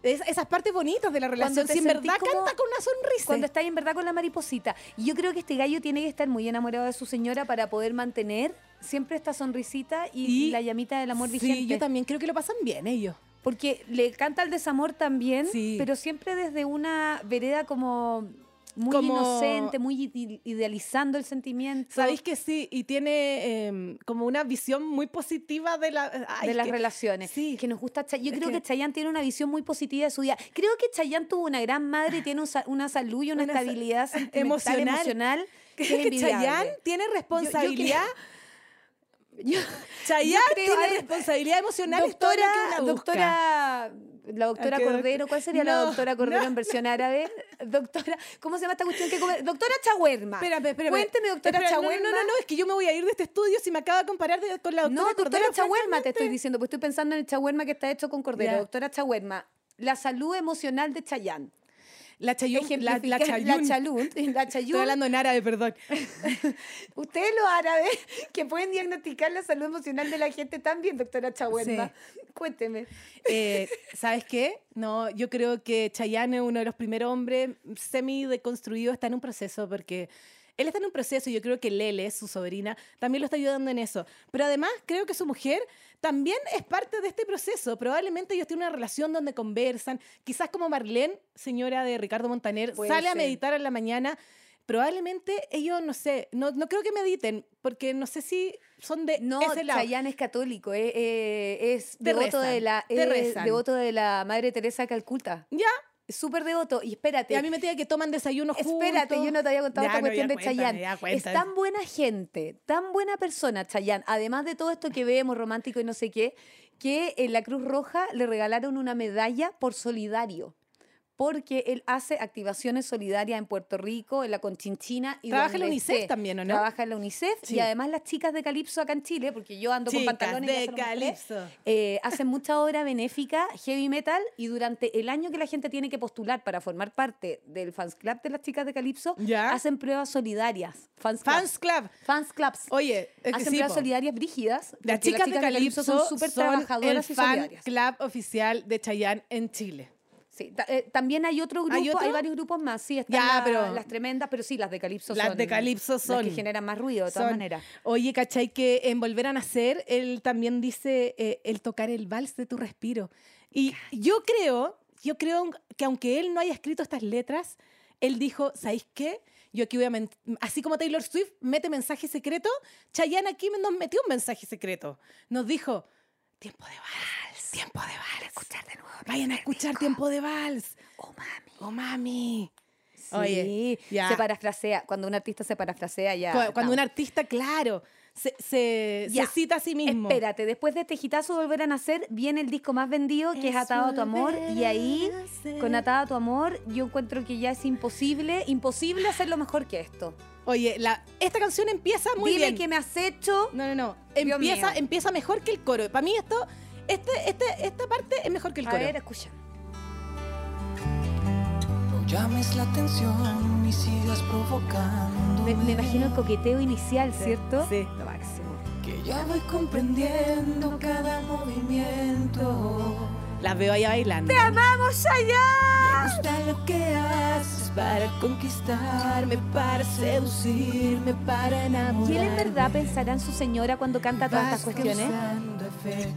Speaker 3: Es- esas partes bonitas de la relación.
Speaker 4: te
Speaker 3: Si en
Speaker 4: sentís
Speaker 3: verdad
Speaker 4: como-
Speaker 3: canta con una sonrisa.
Speaker 4: Cuando está en verdad con la mariposita. Y yo creo que este gallo tiene que estar muy enamorado de su señora para poder mantener siempre esta sonrisita y,
Speaker 3: Y-
Speaker 4: la llamita del amor
Speaker 3: sí,
Speaker 4: vigente.
Speaker 3: yo también creo que lo pasan bien ellos.
Speaker 4: Porque le canta el desamor también,
Speaker 3: Sí.
Speaker 4: pero siempre desde una vereda como muy
Speaker 3: Como-
Speaker 4: inocente, muy ide- idealizando el sentimiento.
Speaker 3: Sabéis que sí, y tiene em, como una visión muy positiva de, la, ay,
Speaker 4: de las
Speaker 3: que-
Speaker 4: relaciones.
Speaker 3: sí. [laughs]
Speaker 4: Que nos gusta. Chay- Yo
Speaker 3: Es
Speaker 4: creo que,
Speaker 3: que-
Speaker 4: Chayanne tiene una visión muy positiva de su vida. Creo que Chayanne tuvo una gran madre, tiene un sa- una salud y una,
Speaker 3: Una sa- eh,
Speaker 4: estabilidad sentimental, emocional.
Speaker 3: emocional.
Speaker 4: que
Speaker 3: [laughs]
Speaker 4: es
Speaker 3: Creo que
Speaker 4: envidiable.
Speaker 3: Chayanne tiene
Speaker 4: [laughs]
Speaker 3: responsabilidad.
Speaker 4: Yo-
Speaker 3: Chayanne
Speaker 4: yo creo-
Speaker 3: tiene
Speaker 4: a ver,
Speaker 3: responsabilidad emocional. es todo lo
Speaker 4: doctora,
Speaker 3: que una busca.
Speaker 4: doctora, la doctora
Speaker 3: Ah, qué doc-
Speaker 4: Cordero, ¿cuál sería la
Speaker 3: No,
Speaker 4: doctora Cordero en versión árabe? [laughs] Doctora, ¿cómo se llama esta cuestión que come? Doctora Chaguerma.
Speaker 3: Espérame, espérame.
Speaker 4: Cuénteme, doctora
Speaker 3: Espera, no,
Speaker 4: Chaguerma.
Speaker 3: No, no, no, es que yo me voy a ir de este estudio si me acaba de comparar de- con la doctora
Speaker 4: No, doctora
Speaker 3: Cordero,
Speaker 4: Chaguerma te estoy
Speaker 3: francamente.
Speaker 4: diciendo, pues estoy pensando en el Chaguerma que está hecho con Cordero.
Speaker 3: Ya.
Speaker 4: Doctora Chaguerma, la salud emocional de Chayán.
Speaker 3: La Chayun, la, la
Speaker 4: La
Speaker 3: Chayun.
Speaker 4: Chalún,
Speaker 3: [laughs]
Speaker 4: la Chayún.
Speaker 3: Estoy hablando en árabe, perdón.
Speaker 4: Ustedes los
Speaker 3: ¿eh?
Speaker 4: árabes que pueden diagnosticar la salud emocional de la gente también, doctora Chaguerma.
Speaker 3: [laughs]
Speaker 4: Cuénteme.
Speaker 3: Eh, ¿Sabes qué? No, yo creo que Chayanne es uno de los primeros hombres semi deconstruidos, está en un proceso porque él está en un proceso y yo creo que Lele, su sobrina, también lo está ayudando en eso. Pero además creo que su mujer también es parte de este proceso. Probablemente ellos tienen una relación donde conversan. Quizás como Marlene, señora de Ricardo Montaner,
Speaker 4: Puede
Speaker 3: sale a
Speaker 4: ser.
Speaker 3: meditar en la mañana. Probablemente ellos, no sé, no, no creo que mediten, porque no sé si son de
Speaker 4: No,
Speaker 3: ese lado.
Speaker 4: Chayanne es católico, eh, eh, es
Speaker 3: Te
Speaker 4: devoto de
Speaker 3: rezan,
Speaker 4: la
Speaker 3: te
Speaker 4: es
Speaker 3: rezan.
Speaker 4: devoto de la Madre Teresa de Calcuta.
Speaker 3: Ya.
Speaker 4: Es Súper devoto. Y espérate,
Speaker 3: Y a mí me tiene que toman desayuno juntos.
Speaker 4: espérate, yo no te había contado
Speaker 3: Ya,
Speaker 4: esta
Speaker 3: no, ya
Speaker 4: cuestión de
Speaker 3: cuéntame,
Speaker 4: Chayanne.
Speaker 3: ya
Speaker 4: Es
Speaker 3: cuéntame.
Speaker 4: tan buena gente, tan buena persona Chayanne, además de todo esto que vemos romántico y no sé qué, que en la Cruz Roja le regalaron una medalla por solidario. Porque él hace activaciones solidarias en Puerto Rico, en la Conchinchina. Y
Speaker 3: Trabaja en la
Speaker 4: donde
Speaker 3: UNICEF
Speaker 4: esté.
Speaker 3: también, ¿o no?
Speaker 4: Trabaja en la UNICEF y
Speaker 3: Sí.
Speaker 4: además las chicas de Calipso acá en Chile, porque yo ando con
Speaker 3: Chicas
Speaker 4: pantalones. ya se
Speaker 3: de
Speaker 4: los mostré,
Speaker 3: Calipso.
Speaker 4: eh, hacen mucha obra benéfica, heavy metal, y durante el año que la gente tiene que postular para formar parte del fans club de las chicas de Calipso,
Speaker 3: Ya.
Speaker 4: hacen pruebas solidarias. Fans, club.
Speaker 3: Fans Club.
Speaker 4: Fans clubs.
Speaker 3: Oye, es que
Speaker 4: hacen
Speaker 3: sí,
Speaker 4: pruebas
Speaker 3: po.
Speaker 4: solidarias brígidas.
Speaker 3: las
Speaker 4: porque
Speaker 3: chicas, de Calypso
Speaker 4: son súper trabajadoras
Speaker 3: el
Speaker 4: y
Speaker 3: fan
Speaker 4: solidarias.
Speaker 3: club oficial de Chayanne en Chile.
Speaker 4: Sí, ta- eh, también hay otro grupo,
Speaker 3: ¿Hay
Speaker 4: ¿Hay,
Speaker 3: otro?
Speaker 4: varios grupos más. Sí, están
Speaker 3: Ya,
Speaker 4: la-
Speaker 3: pero-
Speaker 4: las tremendas, pero sí, las de Calipso
Speaker 3: Las
Speaker 4: son.
Speaker 3: de Calypso
Speaker 4: Las que
Speaker 3: son.
Speaker 4: generan más ruido, de todas
Speaker 3: Son-
Speaker 4: maneras.
Speaker 3: Oye, ¿cachai? Que en Volver a Nacer, él también dice eh, el tocar el vals de tu respiro. Y yo creo, yo creo que aunque él no haya escrito estas letras, él dijo, ¿sabéis qué? Yo aquí voy a... men- Así como Taylor Swift mete mensaje secreto, Chayanne aquí nos metió un mensaje secreto. Nos dijo, tiempo de vals, tiempo de vals. Escuchar de nuevo. Vayan a escuchar tiempo de vals.
Speaker 4: Oh, mami.
Speaker 3: Oh, mami.
Speaker 4: Sí,
Speaker 3: Oye, ya.
Speaker 4: se parafrasea. Cuando un artista se parafrasea, ya.
Speaker 3: Cu- Cuando
Speaker 4: estamos.
Speaker 3: un artista, claro, se, se- se
Speaker 4: Ya.
Speaker 3: cita a sí mismo.
Speaker 4: Espérate, después de este hitazo Volver a Nacer viene el disco más vendido que es, Atado a tu Amor y ahí con Atado a tu Amor yo encuentro que ya es imposible, imposible hacerlo mejor que esto.
Speaker 3: Oye, la, esta canción empieza muy
Speaker 4: Dime
Speaker 3: bien.
Speaker 4: que me has hecho
Speaker 3: No, no, no.
Speaker 4: Dios
Speaker 3: Empieza,
Speaker 4: mío.
Speaker 3: empieza mejor que el coro. Para mí esto, este, este- esta parte es mejor que el
Speaker 4: A
Speaker 3: coro.
Speaker 4: ver, escucha.
Speaker 5: No llames la atención ni sigas provocando.
Speaker 4: Me, me imagino el coqueteo inicial, ¿cierto?
Speaker 3: Sí.
Speaker 4: Lo máximo.
Speaker 5: que ya voy comprendiendo cada movimiento.
Speaker 3: La veo ahí bailando.
Speaker 4: ¡Vamos allá!
Speaker 5: Me gusta lo que haces para conquistarme, para seducirme, para
Speaker 4: ¿Y
Speaker 5: enamorarme.
Speaker 4: él en verdad pensará en su señora cuando canta todas estas cuestiones?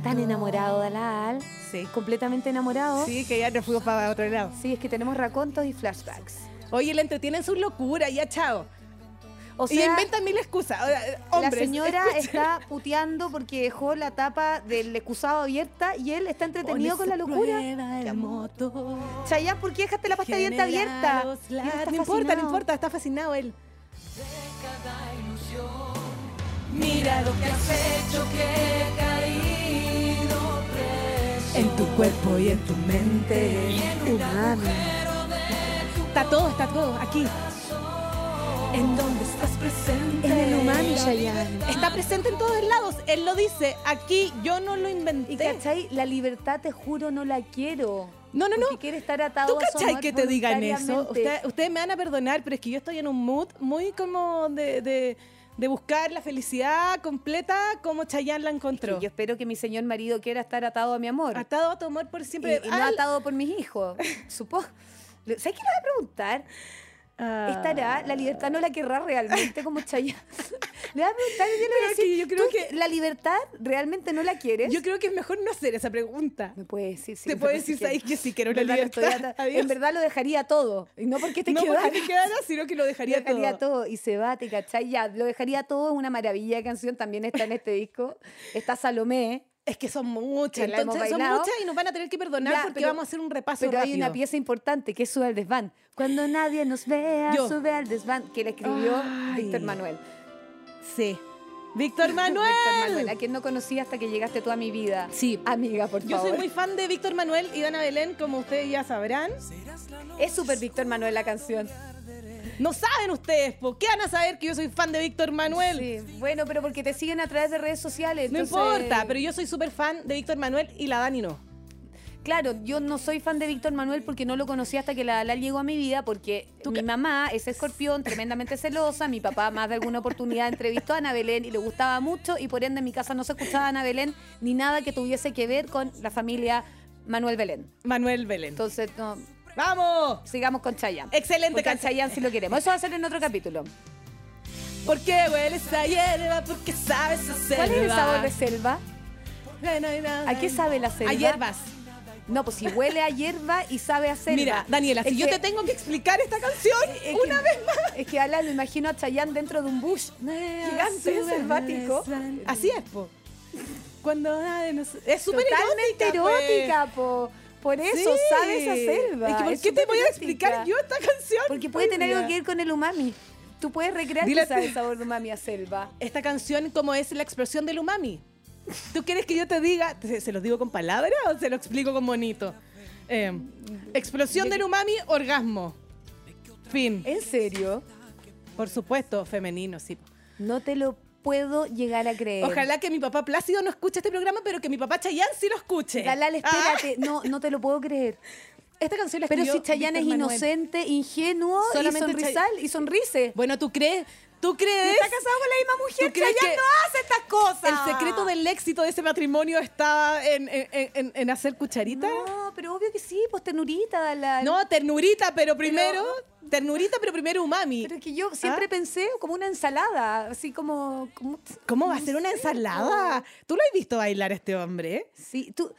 Speaker 4: Tan enamorado de la Al,
Speaker 3: Sí.
Speaker 4: completamente enamorado.
Speaker 3: Sí, que ya nos fuimos para otro lado.
Speaker 4: Sí, es que tenemos racontos y flashbacks.
Speaker 3: Oye, le entretienen sus locuras, ya chao.
Speaker 4: O
Speaker 3: y
Speaker 4: sea,
Speaker 3: inventan mil excusas. Ahora, eh, hombres,
Speaker 4: la señora
Speaker 3: escucha.
Speaker 4: está puteando porque dejó la tapa del excusado abierta y él está entretenido con la locura. Chayá, ¿por qué dejaste la pasta de dientes abierta? Y él
Speaker 3: No importa,
Speaker 4: está
Speaker 3: no
Speaker 4: fascinado.
Speaker 3: importa, está fascinado él.
Speaker 5: Mira lo que has hecho, que he caído preso.
Speaker 3: En tu cuerpo y en tu mente. Está todo, está todo, aquí.
Speaker 5: en donde estás presente.
Speaker 6: En el umami, Chayanne.
Speaker 3: Este, Está presente en todos lados. Él lo dice. Aquí yo no lo inventé.
Speaker 4: Y cachai, la libertad te juro no la quiero.
Speaker 3: No, no, no.
Speaker 4: Porque quiere estar atado
Speaker 3: ¿Tú
Speaker 4: a su
Speaker 3: cachai
Speaker 4: amor
Speaker 3: que te digan eso?
Speaker 4: voluntariamente.
Speaker 3: Usted- ustedes me van a perdonar, pero es que yo estoy en un mood muy como de, de- de buscar la felicidad completa como Chayanne la encontró.
Speaker 4: Y yo espero que mi señor marido quiera estar atado a mi amor.
Speaker 3: Atado a tu amor por
Speaker 4: y,
Speaker 3: siempre.
Speaker 4: y no
Speaker 3: Al-
Speaker 4: atado por mis
Speaker 3: [laughs]
Speaker 4: hijos. Supongo. ¿Sabes qué le voy a preguntar?
Speaker 3: Ah.
Speaker 4: ¿Estará? ¿La libertad no la querrá realmente como Chayanne? [laughs] Le voy a preguntar y yo le voy a
Speaker 3: Pero que
Speaker 4: decir,
Speaker 3: yo creo
Speaker 4: ¿tú
Speaker 3: que-
Speaker 4: ¿La libertad realmente no la quieres?
Speaker 3: Yo creo que es mejor no hacer esa pregunta.
Speaker 4: Me puede decir, sí.
Speaker 3: Te
Speaker 4: me
Speaker 3: puede
Speaker 4: parece
Speaker 3: decir, "Sabes que sí, quiero
Speaker 4: en
Speaker 3: una
Speaker 4: verdad lo
Speaker 3: libertad".
Speaker 4: estoy ata-
Speaker 3: Adiós.
Speaker 4: En verdad lo dejaría todo. Y no porque te
Speaker 3: no
Speaker 4: quedara. [laughs]
Speaker 3: porque quedara, sino que lo dejaría,
Speaker 4: lo dejaría
Speaker 3: todo.
Speaker 4: todo. y se va, te cachai, ya, lo dejaría todo, es una maravilla de canción, también está en este disco, está Salomé,
Speaker 3: Es que son muchas,
Speaker 4: Que la hemos
Speaker 3: entonces son
Speaker 4: bailado.
Speaker 3: muchas y nos van a tener que perdonar
Speaker 4: Ya,
Speaker 3: porque
Speaker 4: pero-
Speaker 3: vamos a hacer un repaso
Speaker 4: pero hay
Speaker 3: rápido.
Speaker 4: una pieza importante que es Sube al desván, cuando nadie nos vea,
Speaker 3: Yo.
Speaker 4: sube al desván, que la escribió
Speaker 3: Ay.
Speaker 4: Víctor Manuel.
Speaker 3: Sí. Víctor Manuel.
Speaker 4: [laughs] Víctor Manuel, a quien no conocí hasta que llegaste tú a mi vida.
Speaker 3: Sí.
Speaker 4: Amiga, por
Speaker 3: Yo
Speaker 4: favor.
Speaker 3: soy muy fan de Víctor Manuel y Dana Belén, como ustedes ya sabrán.
Speaker 4: Es súper Víctor Manuel la canción.
Speaker 3: No saben ustedes, ¿por qué van a saber que yo soy fan de Víctor Manuel?
Speaker 4: Sí. Bueno, pero porque te siguen a través de redes sociales.
Speaker 3: No
Speaker 4: entonces-
Speaker 3: importa, pero yo soy súper fan de Víctor Manuel y la Dani no.
Speaker 4: Claro, yo no soy fan de Víctor Manuel porque no lo conocí hasta que la Dalal llegó a mi vida, porque mi mamá es escorpión, tremendamente celosa, mi papá más de alguna oportunidad entrevistó a Ana Belén y le gustaba mucho, y por ende en mi casa no se escuchaba a Ana Belén ni nada que tuviese que ver con la familia Manuel Belén.
Speaker 3: Manuel Belén.
Speaker 4: Entonces, no,
Speaker 3: ¡Vamos!
Speaker 4: sigamos con Chayanne.
Speaker 3: Excelente
Speaker 4: Porque a
Speaker 3: canción.
Speaker 4: Chayanne si lo queremos. Eso va a ser en otro capítulo.
Speaker 3: ¿Por qué hueles a hierba? Porque sabes hacer.
Speaker 4: ¿Cuál es el sabor de selva?
Speaker 3: ¿A
Speaker 4: ¿A qué sabe la selva?
Speaker 3: A hierbas.
Speaker 4: No, pues si huele a hierba y sabe a selva.
Speaker 3: Mira, Daniela, si
Speaker 4: Es
Speaker 3: yo
Speaker 4: que-
Speaker 3: te tengo que explicar esta canción
Speaker 4: es que-
Speaker 3: una vez más.
Speaker 4: Es que Alan, me imagino a Chayanne dentro de un bush gigante, selvático.
Speaker 3: Así es, po. Cuando nadie nos- Es súper pues.
Speaker 4: Totalmente erótica, po. Por eso sabes a selva.
Speaker 3: Es que ¿por
Speaker 4: Es
Speaker 3: qué te
Speaker 4: súper
Speaker 3: voy a
Speaker 4: erótica.
Speaker 3: explicar yo esta canción? pues,
Speaker 4: Porque puede tener algo que
Speaker 3: Mira.
Speaker 4: ver con el umami. Tú puedes recrear
Speaker 3: Dile a
Speaker 4: quizás
Speaker 3: tu-
Speaker 4: el sabor de umami a selva.
Speaker 3: Esta canción, como es la expresión del umami. ¿Tú quieres que yo te diga, te- se, los digo con palabras o se lo explico con bonito? Eh, explosión del umami, orgasmo. Fin.
Speaker 4: ¿En serio?
Speaker 3: Por supuesto, femenino, sí. po.
Speaker 4: No te lo puedo llegar a creer.
Speaker 3: Ojalá que mi papá Plácido no escuche este programa, pero que mi papá Chayanne sí lo escuche.
Speaker 4: Dalal,
Speaker 3: Ah,
Speaker 4: espérate. No, no te lo puedo creer.
Speaker 3: esta canción la
Speaker 4: Pero
Speaker 3: escribió
Speaker 4: si Chayanne es
Speaker 3: Víctor Manuel.
Speaker 4: inocente, ingenuo,
Speaker 3: Solamente
Speaker 4: y sonrisal, y sonrise.
Speaker 3: Bueno, ¿tú crees? ¿Tú crees?
Speaker 4: Está casado con la misma mujer,
Speaker 3: ¿Tú crees
Speaker 4: Chayanne
Speaker 3: que-
Speaker 4: no hace estas cosas.
Speaker 3: ¿El secreto del éxito de ese matrimonio estaba en, en- en- en hacer cucharita?
Speaker 4: No, pero obvio que sí, pues ternurita, Dalal.
Speaker 3: No, ternurita, pero primero. Ternurita, pero primero umami.
Speaker 4: Pero es que yo siempre
Speaker 3: ¿Ah?
Speaker 4: pensé como una ensalada, así como... como-
Speaker 3: ¿Cómo va a ser una ensalada? ¿Tú lo has visto bailar a este hombre? eh?
Speaker 4: Sí, tú...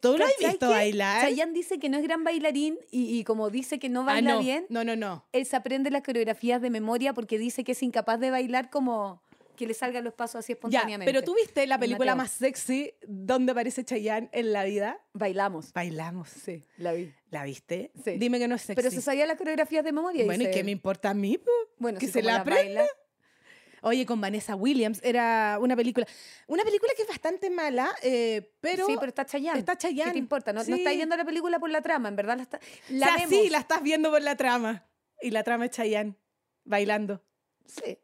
Speaker 3: ¿Tú lo has
Speaker 4: ¿cachai
Speaker 3: visto
Speaker 4: que
Speaker 3: bailar?
Speaker 4: Chayanne dice que no es gran bailarín y, y como dice que no baila
Speaker 3: ah, no.
Speaker 4: bien,
Speaker 3: No, no, no.
Speaker 4: él se aprende las coreografías de memoria porque dice que es incapaz de bailar como que le salgan los pasos así
Speaker 3: Ya,
Speaker 4: espontáneamente.
Speaker 3: pero tú viste la
Speaker 4: Y
Speaker 3: película
Speaker 4: Mateo,
Speaker 3: más sexy donde aparece Chayanne en la vida.
Speaker 4: Bailamos,
Speaker 3: Bailamos, sí.
Speaker 4: la vi.
Speaker 3: ¿La viste?
Speaker 4: Sí.
Speaker 3: Dime que no es sexy.
Speaker 4: Pero se sabía las coreografías de memoria.
Speaker 3: bueno, ¿y
Speaker 4: dice
Speaker 3: qué me
Speaker 4: él.
Speaker 3: importa a mí? po?
Speaker 4: Bueno,
Speaker 3: que
Speaker 4: sí,
Speaker 3: se
Speaker 4: como
Speaker 3: la
Speaker 4: baila.
Speaker 3: aprenda. Oye, con Vanessa Williams era una película. Una película que es bastante mala, eh, pero.
Speaker 4: sí, pero está Chayanne.
Speaker 3: está Chayanne.
Speaker 4: ¿Qué te importa? No, no
Speaker 3: Sí.
Speaker 4: estás viendo la película por la trama, en verdad la está...
Speaker 3: O
Speaker 4: La
Speaker 3: sea,
Speaker 4: vemos.
Speaker 3: sí, la estás viendo por la trama. Y la trama es Chayanne bailando.
Speaker 4: Sí.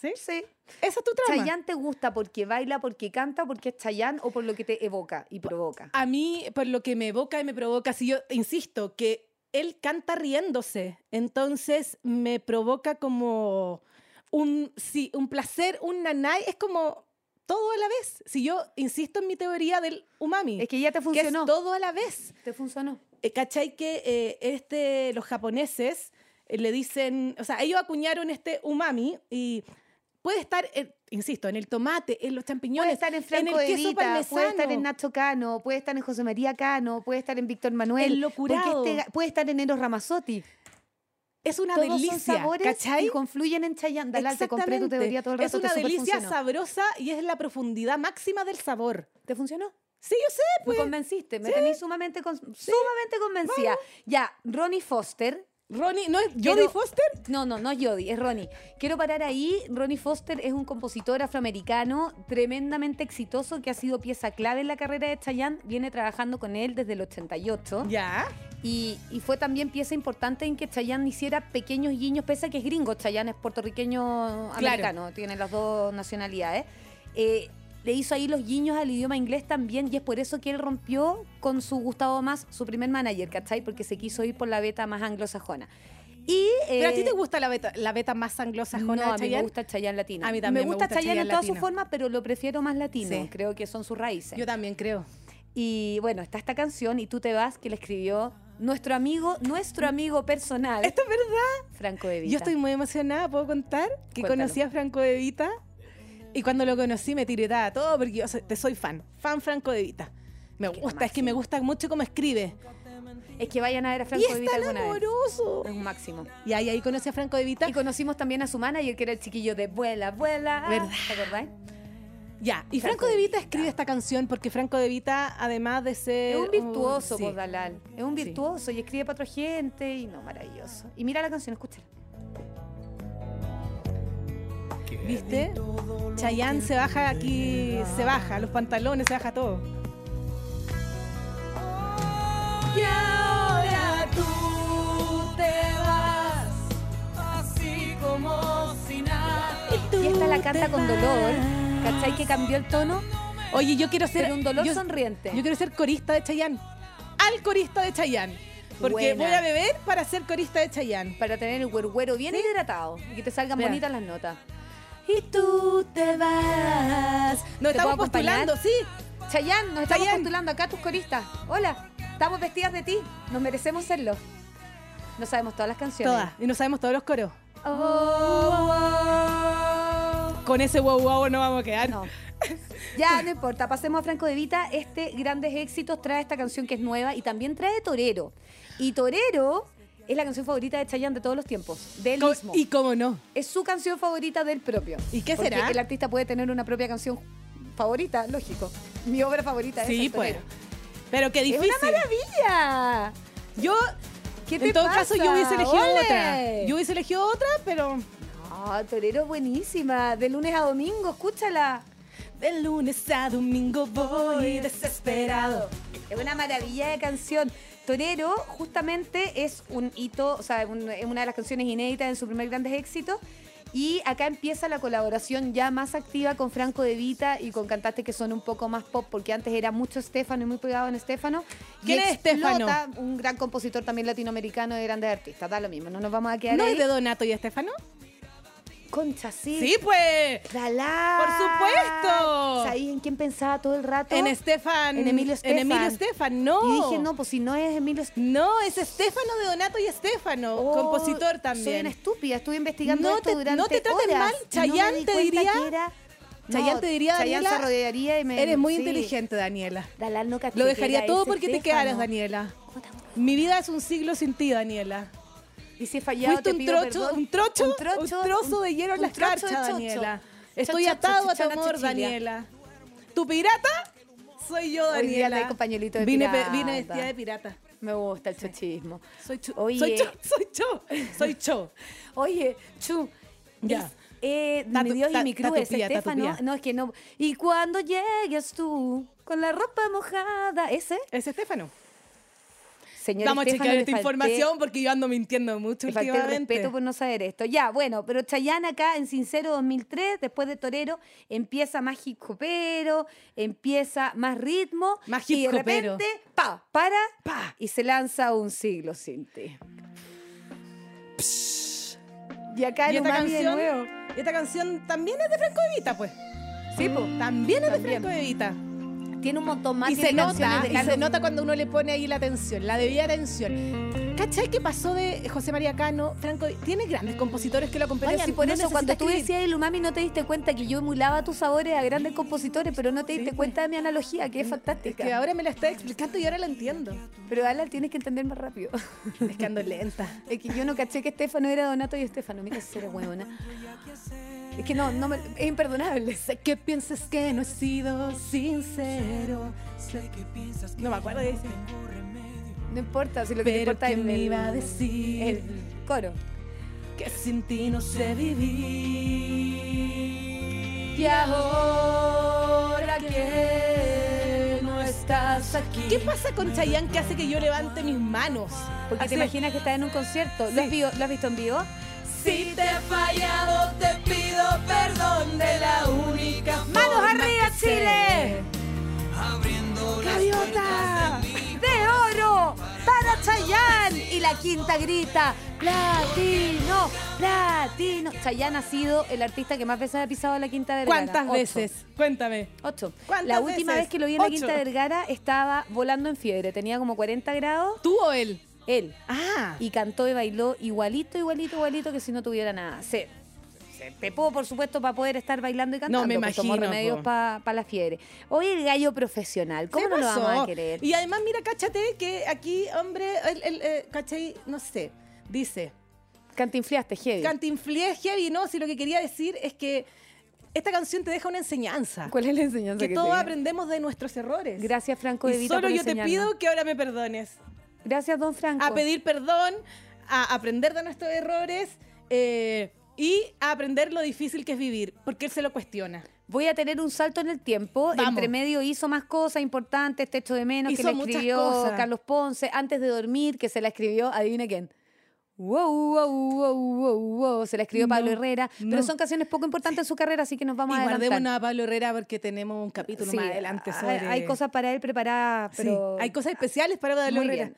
Speaker 3: ¿Sí?
Speaker 4: Sí.
Speaker 3: Esa es tu trama.
Speaker 4: Chayanne te gusta porque baila, porque canta, porque es Chayanne o por lo que te evoca y provoca.
Speaker 3: A mí, por lo que me evoca y me provoca, si yo insisto, que él canta riéndose, entonces me provoca como un, sí, un placer, un nanay, es como todo a la vez. Si yo insisto en mi teoría del umami,
Speaker 4: Es que ya
Speaker 3: que
Speaker 4: te
Speaker 3: es
Speaker 4: funcionó.
Speaker 3: todo a la vez.
Speaker 4: Te funcionó.
Speaker 3: Eh, ¿Cachai que eh, este, los japoneses eh, le dicen, o sea, ellos acuñaron este umami y puede estar, eh, insisto, en el tomate, en los
Speaker 4: Puede
Speaker 3: champiñones,
Speaker 4: estar en Franco
Speaker 3: el queso
Speaker 4: Evita, puede estar en
Speaker 3: parmesano.
Speaker 4: Nacho Cano, puede estar en José María Cano, puede estar en Víctor Manuel,
Speaker 3: El locurado.
Speaker 4: porque este ga- puede estar en Eros Ramazzotti.
Speaker 3: Es una
Speaker 4: Todos
Speaker 3: delicia,
Speaker 4: son sabores
Speaker 3: ¿cachai?
Speaker 4: y confluyen en Chayanne. Dalal, te compré tu
Speaker 3: Exactamente.
Speaker 4: teoría todo el rato,
Speaker 3: Es una
Speaker 4: te
Speaker 3: delicia
Speaker 4: superfuncionó.
Speaker 3: sabrosa y es la profundidad máxima del sabor.
Speaker 4: ¿Te funcionó?
Speaker 3: Sí, yo sé,
Speaker 4: Me
Speaker 3: pues.
Speaker 4: convenciste, me tenés sumamente, con- sumamente convencida. Ya, Ronnie Foster,
Speaker 3: Ronnie, ¿no es Jodie
Speaker 4: Pero-
Speaker 3: Foster?
Speaker 4: No, no, no es Jodie, es Ronnie. Quiero parar ahí. Ronnie Foster es un compositor afroamericano tremendamente exitoso que ha sido pieza clave en la carrera de Chayanne. Viene trabajando con él desde el 88.
Speaker 3: Ya.
Speaker 4: Y, y fue también pieza importante en que Chayanne hiciera pequeños guiños, pese a que es gringo, Chayanne es puertorriqueño americano, tiene las dos nacionalidades. Eh, le hizo ahí los guiños al idioma inglés también y es por eso que él rompió con su Gustavo Más, su primer manager, ¿cachai? Porque se quiso ir por la beta más anglosajona. Y,
Speaker 3: ¿Pero a
Speaker 4: eh,
Speaker 3: ti te gusta la beta, la beta más anglosajona de
Speaker 4: no, a mí me
Speaker 3: Chayanne?
Speaker 4: gusta Chayanne Latina.
Speaker 3: A mí también
Speaker 4: Me
Speaker 3: me
Speaker 4: gusta,
Speaker 3: gusta
Speaker 4: Chayanne en
Speaker 3: Chayanne
Speaker 4: todas sus
Speaker 3: Latina.
Speaker 4: formas, pero lo prefiero más latino.
Speaker 3: Sí.
Speaker 4: Creo que son sus raíces.
Speaker 3: Yo también creo.
Speaker 4: Y bueno, está esta canción y tú te vas que la escribió nuestro amigo, nuestro amigo personal.
Speaker 3: Mm. Esto es verdad.
Speaker 4: Franco Evita.
Speaker 3: Yo estoy muy emocionada, ¿puedo contar? Que
Speaker 4: Cuéntalo.
Speaker 3: conocí a Franco De Vita y cuando lo conocí me tiritaba todo porque yo soy- te soy fan, fan Franco De Vita. Me
Speaker 4: lo
Speaker 3: gusta, es que me gusta mucho cómo escribe.
Speaker 4: Es que vayan a ver a
Speaker 3: Y
Speaker 4: Franco
Speaker 3: es
Speaker 4: Evita
Speaker 3: tan
Speaker 4: alguna vez.
Speaker 3: amoroso.
Speaker 4: Es un máximo.
Speaker 3: Y ahí, ahí conocí a Franco De Vita.
Speaker 4: Y conocimos también a su manager, que era el chiquillo de Vuela, Vuela.
Speaker 3: ¿Verdad?
Speaker 4: ¿Te acordás?
Speaker 3: Ya, y
Speaker 4: Franco
Speaker 3: Franco De
Speaker 4: De
Speaker 3: Vita
Speaker 4: Vita.
Speaker 3: escribe esta canción porque Franco De Vita, además de ser...
Speaker 4: es un virtuoso,
Speaker 3: Eh, oh,
Speaker 4: pues,
Speaker 3: sí.
Speaker 4: vos, Dalal. Es un
Speaker 3: Sí.
Speaker 4: virtuoso y escribe para otra gente y no, maravilloso. Y mira la canción, escúchala.
Speaker 3: ¿Viste? Chayanne se baja aquí, se baja, los pantalones, se baja todo.
Speaker 5: Y ahora tú te vas, así como si nada.
Speaker 4: Y esta la canta con dolor. ¿Cachai que cambió el tono?
Speaker 3: Oye, yo quiero ser.
Speaker 4: Pero un dolor
Speaker 3: yo-
Speaker 4: sonriente.
Speaker 3: Yo quiero ser corista de Chayanne. Al corista de Chayanne. Porque
Speaker 4: Buena.
Speaker 3: voy a beber para ser corista de Chayanne.
Speaker 4: Para tener el huerguero bien hidratado y que te salgan
Speaker 3: Mira.
Speaker 4: bonitas las notas.
Speaker 3: Y tú te vas. Nos
Speaker 4: ¿Te puedo
Speaker 3: estamos
Speaker 4: acompañar?
Speaker 3: postulando, sí.
Speaker 4: Chayanne, nos estamos
Speaker 3: Chayanne.
Speaker 4: postulando acá tus coristas. Hola, estamos vestidas de ti. Nos merecemos serlo. No sabemos todas las canciones.
Speaker 3: Todas. Y no sabemos todos los coros.
Speaker 4: Oh, oh.
Speaker 3: Con ese wow wow Ah, no vamos a quedar.
Speaker 4: No. Ya, no importa. Pasemos a Franco De Vita. Este Grandes Éxitos trae esta canción que es nueva y también trae Torero. Y Torero es la canción favorita de Chayanne de todos los tiempos. Del
Speaker 3: Co-
Speaker 4: mismo.
Speaker 3: y cómo no.
Speaker 4: Es su canción favorita del propio.
Speaker 3: ¿Y qué
Speaker 4: Porque
Speaker 3: será?
Speaker 4: el artista puede tener una propia canción favorita, lógico. Mi obra favorita es
Speaker 3: Sí,
Speaker 4: El Torero.
Speaker 3: pues. Pero qué
Speaker 4: ¡Es
Speaker 3: difícil.
Speaker 4: una maravilla!
Speaker 3: Yo,
Speaker 4: ¿Qué te
Speaker 3: en todo
Speaker 4: pasa?
Speaker 3: caso, yo hubiese elegido
Speaker 4: ¡Ole!
Speaker 3: otra. Yo hubiese elegido otra, pero.
Speaker 4: No, Torero es buenísima. De lunes a domingo, escúchala.
Speaker 3: De lunes a domingo voy desesperado.
Speaker 4: Es una maravilla de canción. Torero justamente es un hito, o sea, un- es una de las canciones inéditas en su primer grandes éxitos. Y acá empieza la colaboración ya más activa con Franco De Vita y con cantantes que son un poco más pop, porque antes era mucho Estefano y muy pegado en Estefano. Y
Speaker 3: ¿Quién es
Speaker 4: explota
Speaker 3: Stefano?
Speaker 4: Un gran compositor también latinoamericano de grandes artistas. Da lo mismo, no nos vamos a quedar
Speaker 3: ¿No
Speaker 4: ahí.
Speaker 3: es de Donato y Estefano?
Speaker 4: Concha, sí.
Speaker 3: Sí, pues.
Speaker 4: Dalá.
Speaker 3: Por supuesto.
Speaker 4: ¿Sabéis en quién pensaba todo el rato?
Speaker 3: En Estefan.
Speaker 4: En Emilio Estefan.
Speaker 3: En Emilio Estefan, no.
Speaker 4: Y dije, no, pues si no es Emilio Estefan.
Speaker 3: No, es Estefano de Donato y Estefano,
Speaker 4: Oh,
Speaker 3: compositor
Speaker 4: Soy
Speaker 3: también.
Speaker 4: una estúpida, estuve investigando
Speaker 3: No
Speaker 4: esto
Speaker 3: te- no
Speaker 4: durante
Speaker 3: te trates
Speaker 4: horas.
Speaker 3: mal,
Speaker 4: Y no me
Speaker 3: Chayanne
Speaker 4: di
Speaker 3: te
Speaker 4: cuenta
Speaker 3: diría-
Speaker 4: que era-
Speaker 3: Chayanne
Speaker 4: No,
Speaker 3: te diría,
Speaker 4: Chayanne se
Speaker 3: Daniela,
Speaker 4: rodearía y me...
Speaker 3: Eres muy
Speaker 4: sí.
Speaker 3: inteligente, Daniela.
Speaker 4: Dalal no caché
Speaker 3: Lo
Speaker 4: que
Speaker 3: dejaría
Speaker 4: era
Speaker 3: todo
Speaker 4: ese
Speaker 3: porque te
Speaker 4: Estefano.
Speaker 3: quedaras, Daniela.
Speaker 4: Puta, weón.
Speaker 3: Mi vida es un siglo sin ti, Daniela.
Speaker 4: Y si he fallado,
Speaker 3: Fuiste
Speaker 4: te
Speaker 3: un
Speaker 4: pido
Speaker 3: trocho,
Speaker 4: perdón.
Speaker 3: un trocho, un
Speaker 4: trocho,
Speaker 3: trozo de hielo en
Speaker 4: un
Speaker 3: la
Speaker 4: trocho de
Speaker 3: escarcha,
Speaker 4: chocho.
Speaker 3: Daniela. Estoy
Speaker 4: Chocho,
Speaker 3: atado a tu
Speaker 4: chochana,
Speaker 3: amor,
Speaker 4: chochilia.
Speaker 3: Daniela. Tu pirata soy yo,
Speaker 4: Hoy día
Speaker 3: Daniela.
Speaker 4: andáis con pañuelito de
Speaker 3: vine, pe-
Speaker 4: pirata.
Speaker 3: vine vestida de pirata.
Speaker 4: Me gusta el chochismo.
Speaker 3: Soy cho,
Speaker 4: Oye.
Speaker 3: soy cho, [laughs] soy cho, soy cho.
Speaker 4: Oye, Chu.
Speaker 3: Ya.
Speaker 4: es- eh,
Speaker 3: Ta-
Speaker 4: mi Dios
Speaker 3: ta-
Speaker 4: y mi
Speaker 3: ta
Speaker 4: cruz,
Speaker 3: tupía, ta
Speaker 4: Estefano.
Speaker 3: tupía.
Speaker 4: No, es que no. Y cuando llegues tú con la ropa mojada, ese,
Speaker 3: Es Estefano.
Speaker 4: señor
Speaker 3: Vamos a
Speaker 4: Estefano,
Speaker 3: chequear
Speaker 4: le
Speaker 3: esta
Speaker 4: falté-
Speaker 3: información porque yo ando mintiendo mucho
Speaker 4: Le falté el
Speaker 3: últimamente.
Speaker 4: respeto por no saber esto. Ya, bueno, pero Chayanne acá en Sincero 2003, después de Torero, empieza más hip hopero, empieza más ritmo.
Speaker 3: Más
Speaker 4: y de
Speaker 3: hip hopero.
Speaker 4: repente, pa, para,
Speaker 3: Pa.
Speaker 4: y se lanza un siglo sin ti. Y acá
Speaker 3: Y
Speaker 4: en
Speaker 3: esta
Speaker 4: de
Speaker 3: canción,
Speaker 4: nuevo.
Speaker 3: y esta canción también es de Franco Evita, pues.
Speaker 4: Sí, po.
Speaker 3: También es de
Speaker 4: También.
Speaker 3: Franco Evita.
Speaker 4: Tiene un montón más
Speaker 3: Y
Speaker 4: tiene
Speaker 3: se
Speaker 4: canciones
Speaker 3: nota,
Speaker 4: de
Speaker 3: y
Speaker 4: Carlos
Speaker 3: se nota cuando uno le pone ahí la atención, la debida atención. ¿Cachai qué pasó de José María Cano? Franco, tiene grandes compositores que lo acompañan.
Speaker 4: Pero si por
Speaker 3: no
Speaker 4: eso
Speaker 3: necesita
Speaker 4: cuando tú
Speaker 3: escribir.
Speaker 4: decías el umami no te diste cuenta que yo emulaba tus sabores a grandes compositores, pero no te diste cuenta de mi analogía, que es
Speaker 3: Es
Speaker 4: fantástica.
Speaker 3: que ahora me la está explicando y ahora la entiendo.
Speaker 4: Pero Ala tienes que entender más rápido.
Speaker 3: Es que ando lenta.
Speaker 4: [laughs] Es que yo no caché que Estefano era Donato y Estefano. Mira, esa era huevona. Es que no, no me- es imperdonable.
Speaker 3: Sé que piensas que no he sido sincero. Sé que piensas No me acuerdo de ese.
Speaker 4: No importa, si lo que te
Speaker 3: Pero
Speaker 4: importa es
Speaker 3: ¿quién me
Speaker 4: el-
Speaker 3: iba a decir
Speaker 4: el coro.
Speaker 3: que sin ti no sé vivir.
Speaker 4: Y ahora
Speaker 5: que no estás. estás aquí.
Speaker 3: ¿Qué pasa con Chayanne que hace que yo levante mis manos?
Speaker 4: Porque
Speaker 3: Así,
Speaker 4: te imaginas que estás en un concierto. ¿Lo, has vivo- lo has visto en vivo?
Speaker 5: Si te he fallado, te pido perdón de la única
Speaker 4: ¡Manos
Speaker 5: forma
Speaker 4: arriba,
Speaker 5: que sé.
Speaker 3: eh,
Speaker 4: Chile!
Speaker 5: Abriendo las
Speaker 4: ¡Gaviota!
Speaker 5: puertas de mi
Speaker 4: ¡De oro! ¡Para Chayanne! Y la quinta grita, ¡Platino! ¡Platino! Chayanne ha sido el artista que más veces ha pisado la quinta vergara.
Speaker 3: ¿Cuántas
Speaker 4: Ocho.
Speaker 3: veces? Cuéntame.
Speaker 4: Ocho.
Speaker 3: ¿Cuántas
Speaker 4: La última
Speaker 3: veces?
Speaker 4: vez que lo vi en la
Speaker 3: Ocho.
Speaker 4: quinta vergara estaba volando en fiebre. Tenía como 40 grados.
Speaker 3: ¿Tú o él?
Speaker 4: Él.
Speaker 3: Ah.
Speaker 4: Y cantó y bailó igualito, igualito, igualito que si no tuviera nada. Se, se pepó, por supuesto, para poder estar bailando y cantando.
Speaker 3: me
Speaker 4: pues, Tomó
Speaker 3: imagino,
Speaker 4: remedios
Speaker 3: po.
Speaker 4: para la fiebre. Hoy el gallo profesional. ¿Cómo
Speaker 3: ¿Qué
Speaker 4: no lo
Speaker 3: pasó?
Speaker 4: vamos a querer?
Speaker 3: Y además, mira, cáchate que aquí, hombre, el, el, eh, cachai, no sé, dice,
Speaker 4: Cantinfliaste, heavy.
Speaker 3: cantinflé heavy, no, si lo que quería decir es que esta canción te deja una enseñanza.
Speaker 4: ¿Cuál es la enseñanza
Speaker 3: Que
Speaker 4: que
Speaker 3: todos
Speaker 4: te-
Speaker 3: aprendemos de nuestros errores.
Speaker 4: Gracias, Franco de
Speaker 3: Y
Speaker 4: Vita,
Speaker 3: solo
Speaker 4: por
Speaker 3: yo te
Speaker 4: enseñarnos.
Speaker 3: pido que ahora me perdones.
Speaker 4: Gracias, don Franco.
Speaker 3: A pedir perdón, a aprender de nuestros errores eh, y a aprender lo difícil que es vivir, porque él se lo cuestiona.
Speaker 4: Voy a tener un salto en el tiempo.
Speaker 3: Vamos.
Speaker 4: Entre medio hizo más cosas importantes, Techo de Menos,
Speaker 3: Hizo
Speaker 4: que le
Speaker 3: muchas
Speaker 4: escribió
Speaker 3: cosas.
Speaker 4: Carlos Ponce. Antes de dormir, que se la escribió, adivina quién. Wow, wow, wow, wow, wow. Se la escribió Pablo
Speaker 3: No,
Speaker 4: Herrera. Pero
Speaker 3: no.
Speaker 4: son canciones poco importantes en su carrera, así que nos vamos
Speaker 3: y
Speaker 4: a adelantar.
Speaker 3: guardémonos a Pablo Herrera porque tenemos un capítulo
Speaker 4: Sí,
Speaker 3: más adelante
Speaker 4: hay-
Speaker 3: sobre...
Speaker 4: Hay cosas para él preparadas,
Speaker 3: Sí,
Speaker 4: pero...
Speaker 3: hay cosas especiales para Pablo
Speaker 4: Muy
Speaker 3: Herrera.
Speaker 4: bien.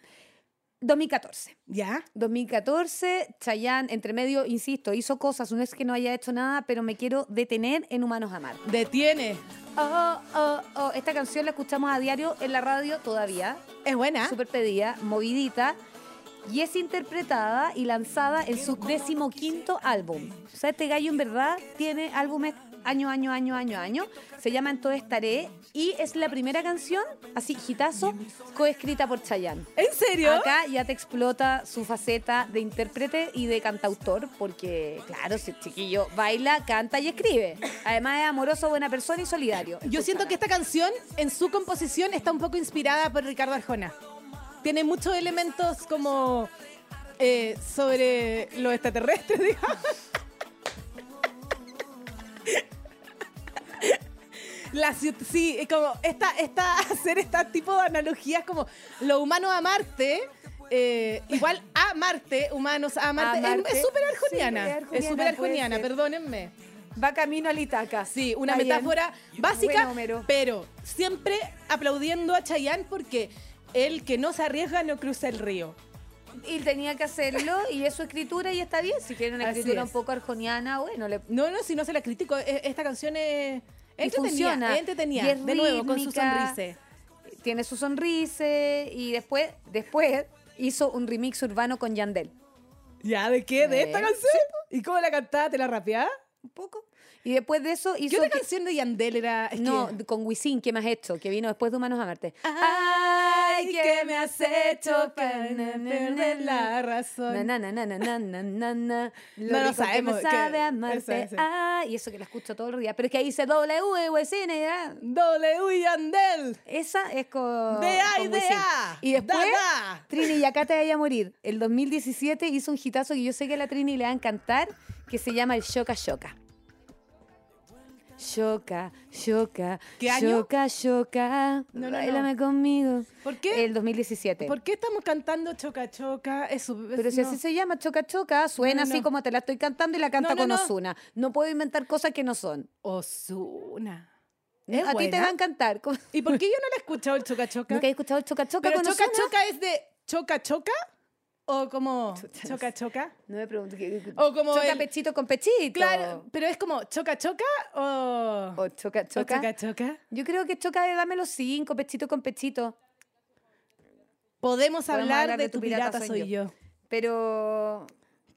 Speaker 4: 2014.
Speaker 3: ¿Ya?
Speaker 4: 2014, Chayanne, entre medio, insisto, hizo cosas, no es que no haya hecho nada, pero me quiero detener en Humanos a Mar.
Speaker 3: Detiene.
Speaker 4: Oh, oh, oh, esta canción la escuchamos a diario en la radio todavía,
Speaker 3: Es buena.
Speaker 4: súper pedida, movidita, y es interpretada y lanzada en su decimoquinto álbum. O sea, este gallo en verdad tiene álbumes año, año, año, año, año. Se llama Entonces Estaré y es la primera canción, así, hitazo, coescrita por Chayanne.
Speaker 3: ¿En serio?
Speaker 4: Acá ya te explota su faceta de intérprete y de cantautor, porque, claro, si el chiquillo baila, canta y escribe. Además es amoroso, buena persona y solidario.
Speaker 3: Yo siento que esta canción, en su composición, está un poco inspirada por Ricardo Arjona. Tiene muchos elementos como eh, sobre lo extraterrestre, [laughs] digamos. La ciu- sí, es como esta, esta, [laughs] hacer este tipo de analogías como lo humano a Marte, eh, igual a Marte, humanos a Marte. Es-
Speaker 4: Marte.
Speaker 3: Es súper
Speaker 4: Sí, es
Speaker 3: arjoniana,
Speaker 4: arjoniana,
Speaker 3: es súper
Speaker 4: puede
Speaker 3: arjoniana,
Speaker 4: ser.
Speaker 3: perdónenme.
Speaker 4: Va camino al Itaca.
Speaker 3: Sí, una metáfora básica,
Speaker 4: Bueno, Homero.
Speaker 3: pero siempre aplaudiendo a Chayanne porque el que no se arriesga no cruza el río.
Speaker 4: Y tenía que hacerlo, y es su escritura y está bien. Si tiene una
Speaker 3: Así
Speaker 4: escritura
Speaker 3: es.
Speaker 4: un poco arjoniana, bueno, le...
Speaker 3: No, no, si no se la critico, e- esta canción es
Speaker 4: Y
Speaker 3: entretenida,
Speaker 4: funciona,
Speaker 3: es entretenida,
Speaker 4: y es
Speaker 3: de nuevo con su
Speaker 4: rítmica.
Speaker 3: sonrisa.
Speaker 4: tiene su sonrisa y después, después hizo un remix urbano con Yandel.
Speaker 3: ¿Ya de qué? ¿De esta
Speaker 4: Eh,
Speaker 3: canción? ¿Y cómo la cantaba? ¿Te la rapeaba?
Speaker 4: Un poco. Y después de eso hizo...
Speaker 3: ¿Qué otra
Speaker 4: que-
Speaker 3: canción de Yandel era? Es
Speaker 4: No,
Speaker 3: que-
Speaker 4: con Wisin, ¿qué más has hecho? Que vino después de Humanos a Marte.
Speaker 3: Ay, que me has hecho perder la razón.
Speaker 4: Na, na, na, na, na, na, na, na, na.
Speaker 3: No lo
Speaker 4: rico que
Speaker 3: sabemos,
Speaker 4: me
Speaker 3: que-
Speaker 4: sabe
Speaker 3: eso,
Speaker 4: amarte.
Speaker 3: eso.
Speaker 4: Ay, y eso que la escucho todo el día. Pero es que ahí dice W, Wisin. y ah.
Speaker 3: W Yandel.
Speaker 4: Esa es con.
Speaker 3: De A
Speaker 4: con
Speaker 3: y de
Speaker 4: Wisin.
Speaker 3: A.
Speaker 4: Y después,
Speaker 3: Da, da.
Speaker 4: Trini, y acá te vaya a morir. El 2017 hizo un hitazo que yo sé que a la Trini le va a encantar, que se llama el Shoka Shoka. Shoka, Shoka,
Speaker 3: ¿Qué año?
Speaker 4: Shoka, Shoka,
Speaker 3: No, no, no.
Speaker 4: bailame conmigo.
Speaker 3: ¿Por qué?
Speaker 4: El 2017.
Speaker 3: ¿Por qué estamos cantando Choca Choca? Eso,
Speaker 4: Este. Pero si
Speaker 3: no.
Speaker 4: así se llama, choca choca, suena
Speaker 3: No, no,
Speaker 4: así
Speaker 3: no.
Speaker 4: como te la estoy cantando y la canta
Speaker 3: No, no,
Speaker 4: con
Speaker 3: no.
Speaker 4: Osuna. No. puedo inventar cosas que no son.
Speaker 3: Osuna.
Speaker 4: a ti te va a encantar. ¿Cómo-
Speaker 3: ¿Y por qué yo no la he escuchado el
Speaker 4: [laughs]
Speaker 3: Choca Choca?
Speaker 4: ¿Nunca he escuchado el choca choca
Speaker 3: Pero
Speaker 4: con
Speaker 3: Choca
Speaker 4: Ozuna?
Speaker 3: Choca es de Choca Choca o como
Speaker 4: Chuta, no
Speaker 3: Choca
Speaker 4: sé.
Speaker 3: Choca.
Speaker 4: No me preguntes. ¿qué-
Speaker 3: O como
Speaker 4: Choca
Speaker 3: el-
Speaker 4: pechito con pechito.
Speaker 3: Claro, pero es como Choca Choca o
Speaker 4: O choca
Speaker 3: o
Speaker 4: choca.
Speaker 3: Choca Choca.
Speaker 4: Yo creo que choca de dame los cinco, pechito con pechito.
Speaker 3: Podemos hablar,
Speaker 4: hablar
Speaker 3: de, tu pirata, soy yo.
Speaker 4: Pero.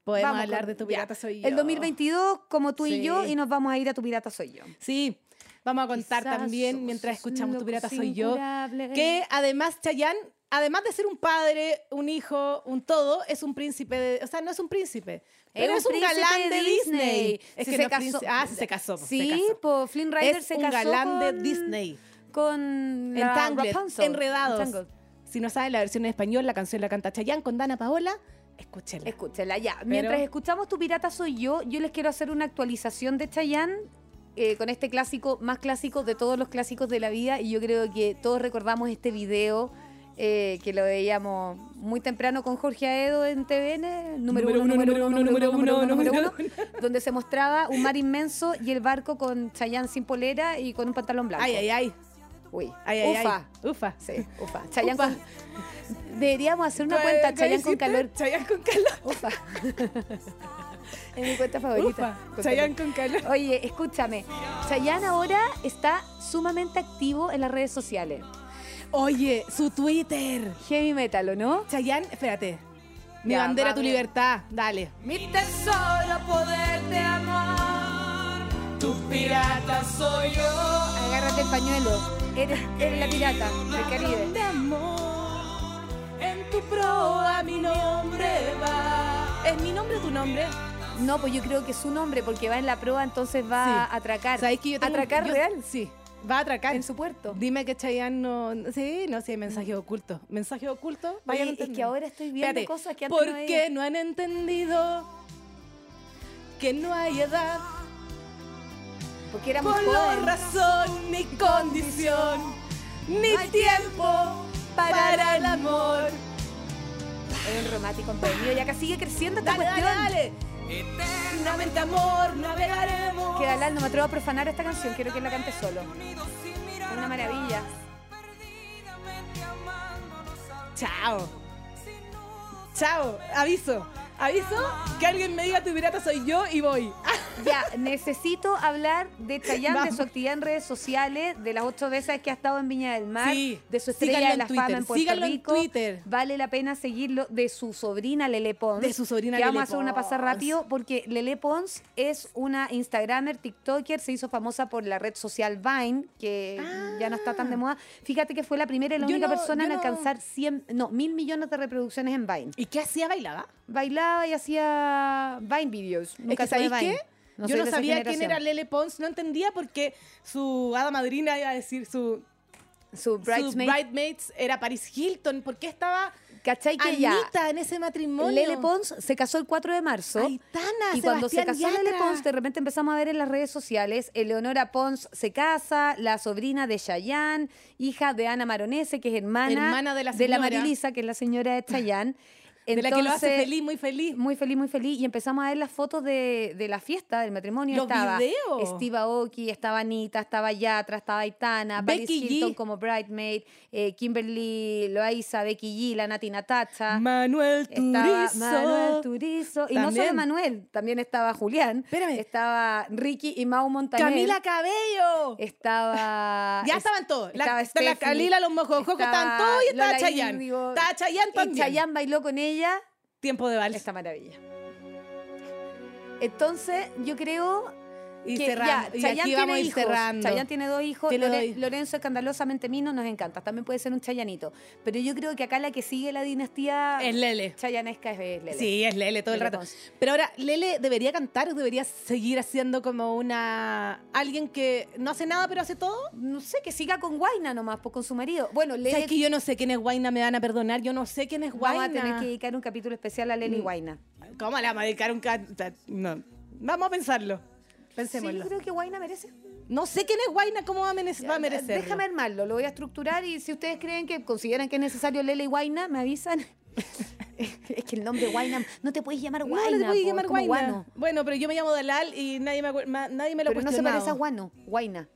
Speaker 3: Podemos
Speaker 4: vamos
Speaker 3: hablar
Speaker 4: con-
Speaker 3: de tu
Speaker 4: ya.
Speaker 3: pirata soy yo.
Speaker 4: El 2022, como tú y yo,
Speaker 3: Sí.
Speaker 4: y nos vamos a ir a tu pirata soy yo.
Speaker 3: Sí, vamos a contar
Speaker 4: Quizás
Speaker 3: también
Speaker 4: somos
Speaker 3: mientras escuchamos Tu
Speaker 4: locos
Speaker 3: Pirata Soy Yo,
Speaker 4: incurables.
Speaker 3: que además Chayanne, además de ser un padre, un hijo, un todo, es un príncipe, de- o sea, no es un príncipe, pero es un,
Speaker 4: príncipe
Speaker 3: galán de Disney. Es
Speaker 4: Sí,
Speaker 3: que
Speaker 4: se
Speaker 3: no es
Speaker 4: casó.
Speaker 3: príncipe- Ah, sí, se casó. pues, se
Speaker 4: Sí,
Speaker 3: casó.
Speaker 4: po, Flynn Rider
Speaker 3: es
Speaker 4: se
Speaker 3: un
Speaker 4: casó
Speaker 3: galán de
Speaker 4: con-
Speaker 3: Disney.
Speaker 4: Con la
Speaker 3: Entangled,
Speaker 4: Rapunzel.
Speaker 3: Enredados.
Speaker 4: Entangled.
Speaker 3: Si no saben la versión en español, la canción la canta Chayanne con Dana Paola, escúchenla.
Speaker 4: Escúchela ya. Mientras escuchamos Tu Pirata Soy Yo, yo les quiero hacer una actualización de Chayanne eh, con este clásico, más clásico de todos los clásicos de la vida, y yo creo que todos recordamos este video eh, que lo veíamos muy temprano con Jorge Aedo en TVN, número, uno, número uno, número uno, número uno, donde se mostraba un mar inmenso y el barco con Chayanne sin polera y con un pantalón blanco.
Speaker 3: Ay, ay, ay.
Speaker 4: Uy,
Speaker 3: Ay, ay, ay.
Speaker 4: ufa.
Speaker 3: Ufa.
Speaker 4: Sí, ufa. Chayanne con- Deberíamos hacer una cuenta, Chayanne con calor.
Speaker 3: Chayán con calor.
Speaker 4: Ufa. [laughs] es mi cuenta favorita.
Speaker 3: Ufa.
Speaker 4: Con
Speaker 3: Chayán con calor.
Speaker 4: calor. Oye, escúchame. Chayanne ahora está sumamente activo en las redes sociales.
Speaker 3: Oye, su Twitter.
Speaker 4: Heavy metal, ¿o no?
Speaker 3: Chayán, espérate. Mi
Speaker 4: Ya,
Speaker 3: bandera, tu
Speaker 4: vamos.
Speaker 3: libertad. Dale.
Speaker 5: Mi tesoro, poderte amar. Tu pirata soy yo.
Speaker 4: Agárrate el pañuelo. Eres, eres la pirata del Caribe.
Speaker 5: De amor, en tu proa mi nombre va.
Speaker 3: ¿Es mi nombre o tu nombre?
Speaker 4: No, pues yo creo que es su nombre, porque va en la proa, entonces va
Speaker 3: Sí.
Speaker 4: a atracar.
Speaker 3: ¿Sabéis que yo tengo un-
Speaker 4: ¿Atracar
Speaker 3: yo-
Speaker 4: real?
Speaker 3: Sí. Va a atracar.
Speaker 4: En su puerto.
Speaker 3: Dime que Chayanne no. Sí, no, sí, hay mensaje oculto. Mensaje oculto.
Speaker 4: Oye,
Speaker 3: Vayan
Speaker 4: es que ahora estoy viendo
Speaker 3: Espérate,
Speaker 4: cosas que antes
Speaker 3: ¿Por
Speaker 4: no veía.
Speaker 3: qué no han entendido que no hay edad?
Speaker 4: Porque éramos
Speaker 3: Color,
Speaker 4: jóvenes.
Speaker 3: razón, ni condición, ni tiempo para el amor.
Speaker 4: Era un romántico emprendido. Y acá sigue creciendo esta
Speaker 3: Dale, dale,
Speaker 4: cuestión.
Speaker 3: dale. Eternamente amor navegaremos.
Speaker 4: Que Dalal no me atrevo a profanar esta canción, quiero que la cante solo. Una maravilla.
Speaker 3: Chao. Chao. Aviso. Aviso que alguien me diga tu pirata soy yo y voy. Ah,
Speaker 4: Ya,
Speaker 3: [laughs]
Speaker 4: necesito hablar de Chayanne, de
Speaker 3: Vamos.
Speaker 4: su actividad en redes sociales, de las ocho veces que ha estado en Viña del Mar,
Speaker 3: Sí,
Speaker 4: de su estrella
Speaker 3: síganlo
Speaker 4: de
Speaker 3: en
Speaker 4: la fama
Speaker 3: Twitter,
Speaker 4: en Puerto
Speaker 3: síganlo en
Speaker 4: Rico.
Speaker 3: Twitter.
Speaker 4: Vale la pena seguirlo, de su sobrina Lele Pons.
Speaker 3: De su sobrina
Speaker 4: Que
Speaker 3: Lele
Speaker 4: vamos a hacer una pasada
Speaker 3: Pons.
Speaker 4: rápido porque Lele Pons es una Instagramer, TikToker, se hizo famosa por la red social Vine, que ya no está tan de moda. Fíjate que fue la primera y la
Speaker 3: Ah. Yo
Speaker 4: única
Speaker 3: no-
Speaker 4: persona
Speaker 3: yo
Speaker 4: en
Speaker 3: no-
Speaker 4: alcanzar 100, no, mil millones de reproducciones en Vine
Speaker 3: ¿Y qué hacía? ¿Bailaba?
Speaker 4: bailaba y hacía Vine videos. Nunca
Speaker 3: es que
Speaker 4: tuve
Speaker 3: ¿sabéis
Speaker 4: Vine.
Speaker 3: qué?
Speaker 4: soy
Speaker 3: Yo no
Speaker 4: de esa
Speaker 3: sabía quién
Speaker 4: generación.
Speaker 3: era Lele Pons, no entendía porque su hada madrina iba a decir su,
Speaker 4: su
Speaker 3: su
Speaker 4: bridesmaid.
Speaker 3: bridesmaids era Paris Hilton. ¿Por qué estaba
Speaker 4: ¿Cachai que ya?
Speaker 3: Anita en ese matrimonio?
Speaker 4: Lele Pons se casó el 4 de marzo.
Speaker 3: Aitana,
Speaker 4: y cuando se
Speaker 3: Sebastián
Speaker 4: casó Lele
Speaker 3: Yatra.
Speaker 4: Pons, de repente empezamos a ver en las redes sociales, Eleonora Pons se casa, la sobrina de Chayanne, hija de Ana Maronese, que es hermana,
Speaker 3: Hermana de la señora.
Speaker 4: Marilisa, que es la señora de Chayanne.
Speaker 3: [laughs] De la que lo hace
Speaker 4: Entonces,
Speaker 3: feliz, muy feliz.
Speaker 4: Muy feliz, muy feliz. Y empezamos a ver las fotos de, de la fiesta, del matrimonio.
Speaker 3: Los
Speaker 4: estaba
Speaker 3: videos.
Speaker 4: Steve Aoki, estaba Anita, estaba Yatra, estaba Aitana, Paris
Speaker 3: Becky G.
Speaker 4: Hilton como bridesmaid, eh, Kimberly Loaiza, Becky G, la Nati Natacha.
Speaker 3: Manuel
Speaker 4: Estaba
Speaker 3: Turizo.
Speaker 4: Manuel Turizo. Y no solo
Speaker 3: También.
Speaker 4: Manuel, también estaba Julián.
Speaker 3: Espérame.
Speaker 4: Estaba Ricky y Mau Montaner.
Speaker 3: Camila Cabello.
Speaker 4: Estaba.
Speaker 3: [laughs] ya
Speaker 4: es-
Speaker 3: estaban todos. La,
Speaker 4: estaba
Speaker 3: estaba la
Speaker 4: Steffi,
Speaker 3: Calila, los mojojos, estaban todos y estaba
Speaker 4: Lola
Speaker 3: Chayanne.
Speaker 4: Índigo.
Speaker 3: Estaba Chayanne
Speaker 4: Y
Speaker 3: también.
Speaker 4: Chayanne bailó con ella
Speaker 3: Tiempo de vals.
Speaker 4: esta maravilla. Entonces, yo creo
Speaker 3: Y
Speaker 4: que
Speaker 3: cerrando.
Speaker 4: ya,
Speaker 3: y
Speaker 4: Chayanne
Speaker 3: aquí
Speaker 4: tiene
Speaker 3: vamos a ir
Speaker 4: hijos.
Speaker 3: cerrando.
Speaker 4: Chayanne tiene dos hijos.
Speaker 3: Te lo
Speaker 4: Lore-
Speaker 3: doy.
Speaker 4: Lorenzo escandalosamente Mino nos encanta. También puede ser un chayanito. Pero yo creo que acá la que sigue la dinastía
Speaker 3: Es Lele.
Speaker 4: chayanesca es Lele.
Speaker 3: Sí, es Lele todo el
Speaker 4: Lele
Speaker 3: rato.
Speaker 4: Pons.
Speaker 3: Pero ahora, Lele debería cantar o debería seguir haciendo como una. alguien que no hace nada pero hace todo.
Speaker 4: No sé, que siga con Guaina nomás, pues con su marido. Bueno, Lele.
Speaker 3: ¿Sabes que yo no sé quién es Guaina? Me van a perdonar. Yo no sé quién es Guaina.
Speaker 4: Vamos a tener Mm. que dedicar un capítulo especial a Lele y Guaina.
Speaker 3: ¿Cómo le vamos a dedicar un canta? No. Vamos a pensarlo.
Speaker 4: Sí,
Speaker 3: Pensémoslo.
Speaker 4: yo creo que Guaina merece.
Speaker 3: No sé quién es Guaina, cómo va a, merecer, va a merecerlo.
Speaker 4: Déjame armarlo, lo voy a estructurar y si ustedes creen que consideran que es necesario Lele y Guaina, me avisan. [laughs] es que el nombre Guaina, no te puedes llamar
Speaker 3: No,
Speaker 4: Guaina.
Speaker 3: no te puedes
Speaker 4: po,
Speaker 3: llamar
Speaker 4: es como
Speaker 3: Guaina.
Speaker 4: guano.
Speaker 3: Bueno, pero yo me llamo Dalal y nadie me, acu- ma- nadie me lo ha
Speaker 4: Pero no se parece a
Speaker 3: cuestionado.
Speaker 4: guano, Guaina,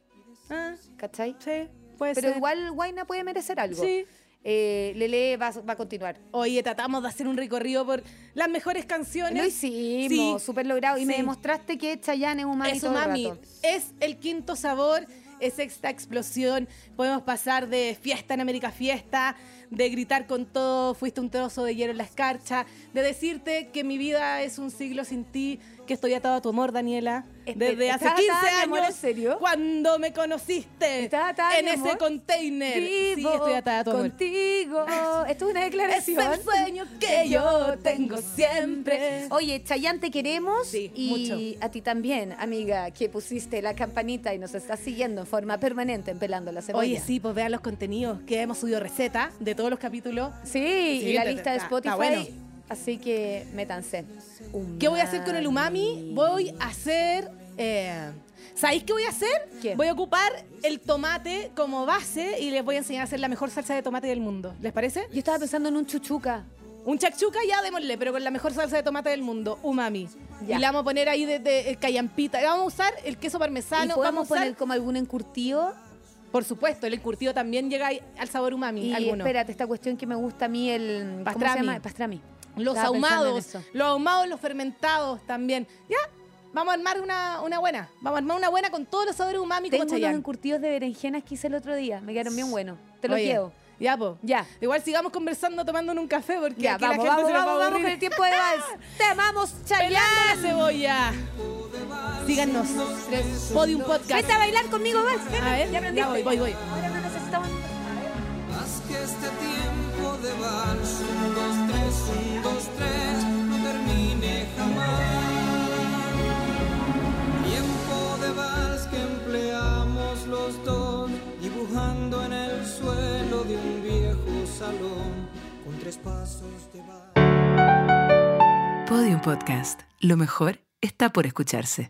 Speaker 3: Ah,
Speaker 4: ¿cachai?
Speaker 3: sí, puede
Speaker 4: Pero
Speaker 3: ser.
Speaker 4: igual Guaina puede merecer algo.
Speaker 3: Sí.
Speaker 4: Eh, Lele va, va a continuar.
Speaker 3: Oye, tratamos de hacer un recorrido por las mejores canciones.
Speaker 4: Lo hicimos,
Speaker 3: Sí.
Speaker 4: súper logrado. Y me
Speaker 3: Sí.
Speaker 4: demostraste que Chayanne es un mami
Speaker 3: es
Speaker 4: todo el
Speaker 3: umami,
Speaker 4: rato.
Speaker 3: es el quinto sabor, es esta explosión. Podemos pasar de fiesta en América Fiesta, de gritar con todo, fuiste un trozo de hielo en la escarcha, de decirte que mi vida es un siglo sin ti, que estoy atado a tu amor, Daniela.
Speaker 4: Espe-
Speaker 3: Desde hace
Speaker 4: ¿estás
Speaker 3: 15
Speaker 4: atada, mi
Speaker 3: años,
Speaker 4: amor, en serio?
Speaker 3: cuando me conociste
Speaker 4: ¿Estás atada,
Speaker 3: en
Speaker 4: mi
Speaker 3: ese
Speaker 4: amor?
Speaker 3: container. sí, estoy atada a tu amor.
Speaker 4: contigo. Esto es una
Speaker 3: Es
Speaker 4: declaración.
Speaker 3: el sueño que yo tengo siempre.
Speaker 4: Oye, Chayanne, te queremos
Speaker 3: Sí,
Speaker 4: y a ti también, amiga, que pusiste la campanita y nos estás siguiendo en forma permanente en Pelando la Cebolla.
Speaker 3: Oye, sí, pues vean los contenidos que hemos subido recetas de todos los capítulos.
Speaker 4: Sí, y la
Speaker 3: está-
Speaker 4: lista de
Speaker 3: está-
Speaker 4: Spotify.
Speaker 3: está bueno.
Speaker 4: Así que métanse.
Speaker 3: ¿Qué voy a hacer con el umami? Voy a hacer eh, ¿Sabéis qué voy a hacer?
Speaker 4: ¿Qué?
Speaker 3: Voy a ocupar el tomate como base y les voy a enseñar a hacer la mejor salsa de tomate del mundo. ¿Les parece?
Speaker 4: Yo estaba pensando en un chuchuca.
Speaker 3: Un chakchuca ya démosle, pero con la mejor salsa de tomate del mundo, umami.
Speaker 4: Ya.
Speaker 3: Y la vamos a poner ahí desde eh, callampita. Vamos a usar el queso
Speaker 4: ¿Y
Speaker 3: parmesano,
Speaker 4: podemos
Speaker 3: vamos a usar,
Speaker 4: poner como algún encurtido?
Speaker 3: por supuesto, el encurtido también llega ahí al sabor umami
Speaker 4: Y
Speaker 3: alguno.
Speaker 4: espérate, esta cuestión que me gusta a mí, el... ¿Cómo se
Speaker 3: Pastrami.
Speaker 4: llama? El Pastrami.
Speaker 3: Los
Speaker 4: Estaba pensando en
Speaker 3: ahumados,
Speaker 4: eso.
Speaker 3: los ahumados, los fermentados también. Ya, vamos a armar una, una buena. Vamos a armar una buena con todos los sabores umami como
Speaker 4: Tengo unos
Speaker 3: Chayanne.
Speaker 4: encurtidos de berenjenas que hice el otro día. Me quedaron bien buenos. Te los
Speaker 3: Oye,
Speaker 4: llevo.
Speaker 3: Ya, po.
Speaker 4: Ya.
Speaker 3: Igual sigamos conversando tomándonos un café porque
Speaker 4: Ya,
Speaker 3: aquí la
Speaker 4: vamos,
Speaker 3: gente
Speaker 4: vamos,
Speaker 3: se nos
Speaker 4: vamos,
Speaker 3: va a
Speaker 4: vamos
Speaker 3: aburrir.
Speaker 4: con el tiempo de vals.
Speaker 3: [laughs]
Speaker 4: Te amamos,
Speaker 3: Pelando la
Speaker 4: Chayanne.
Speaker 3: cebolla. Síganos. Podium Podcast.
Speaker 4: Vete a bailar conmigo, vals. Ven,
Speaker 3: A ver,
Speaker 4: ya
Speaker 3: ya
Speaker 4: aprendiste.
Speaker 3: voy, voy, voy.
Speaker 4: Ahora no necesitamos...
Speaker 5: Más que este tiempo de vals, un, dos, tres, un, dos, tres, no termine jamás. Tiempo de vals que empleamos los dos, dibujando en el suelo de un viejo salón, con tres pasos de vals.
Speaker 1: Podium Podcast. Lo mejor está por escucharse.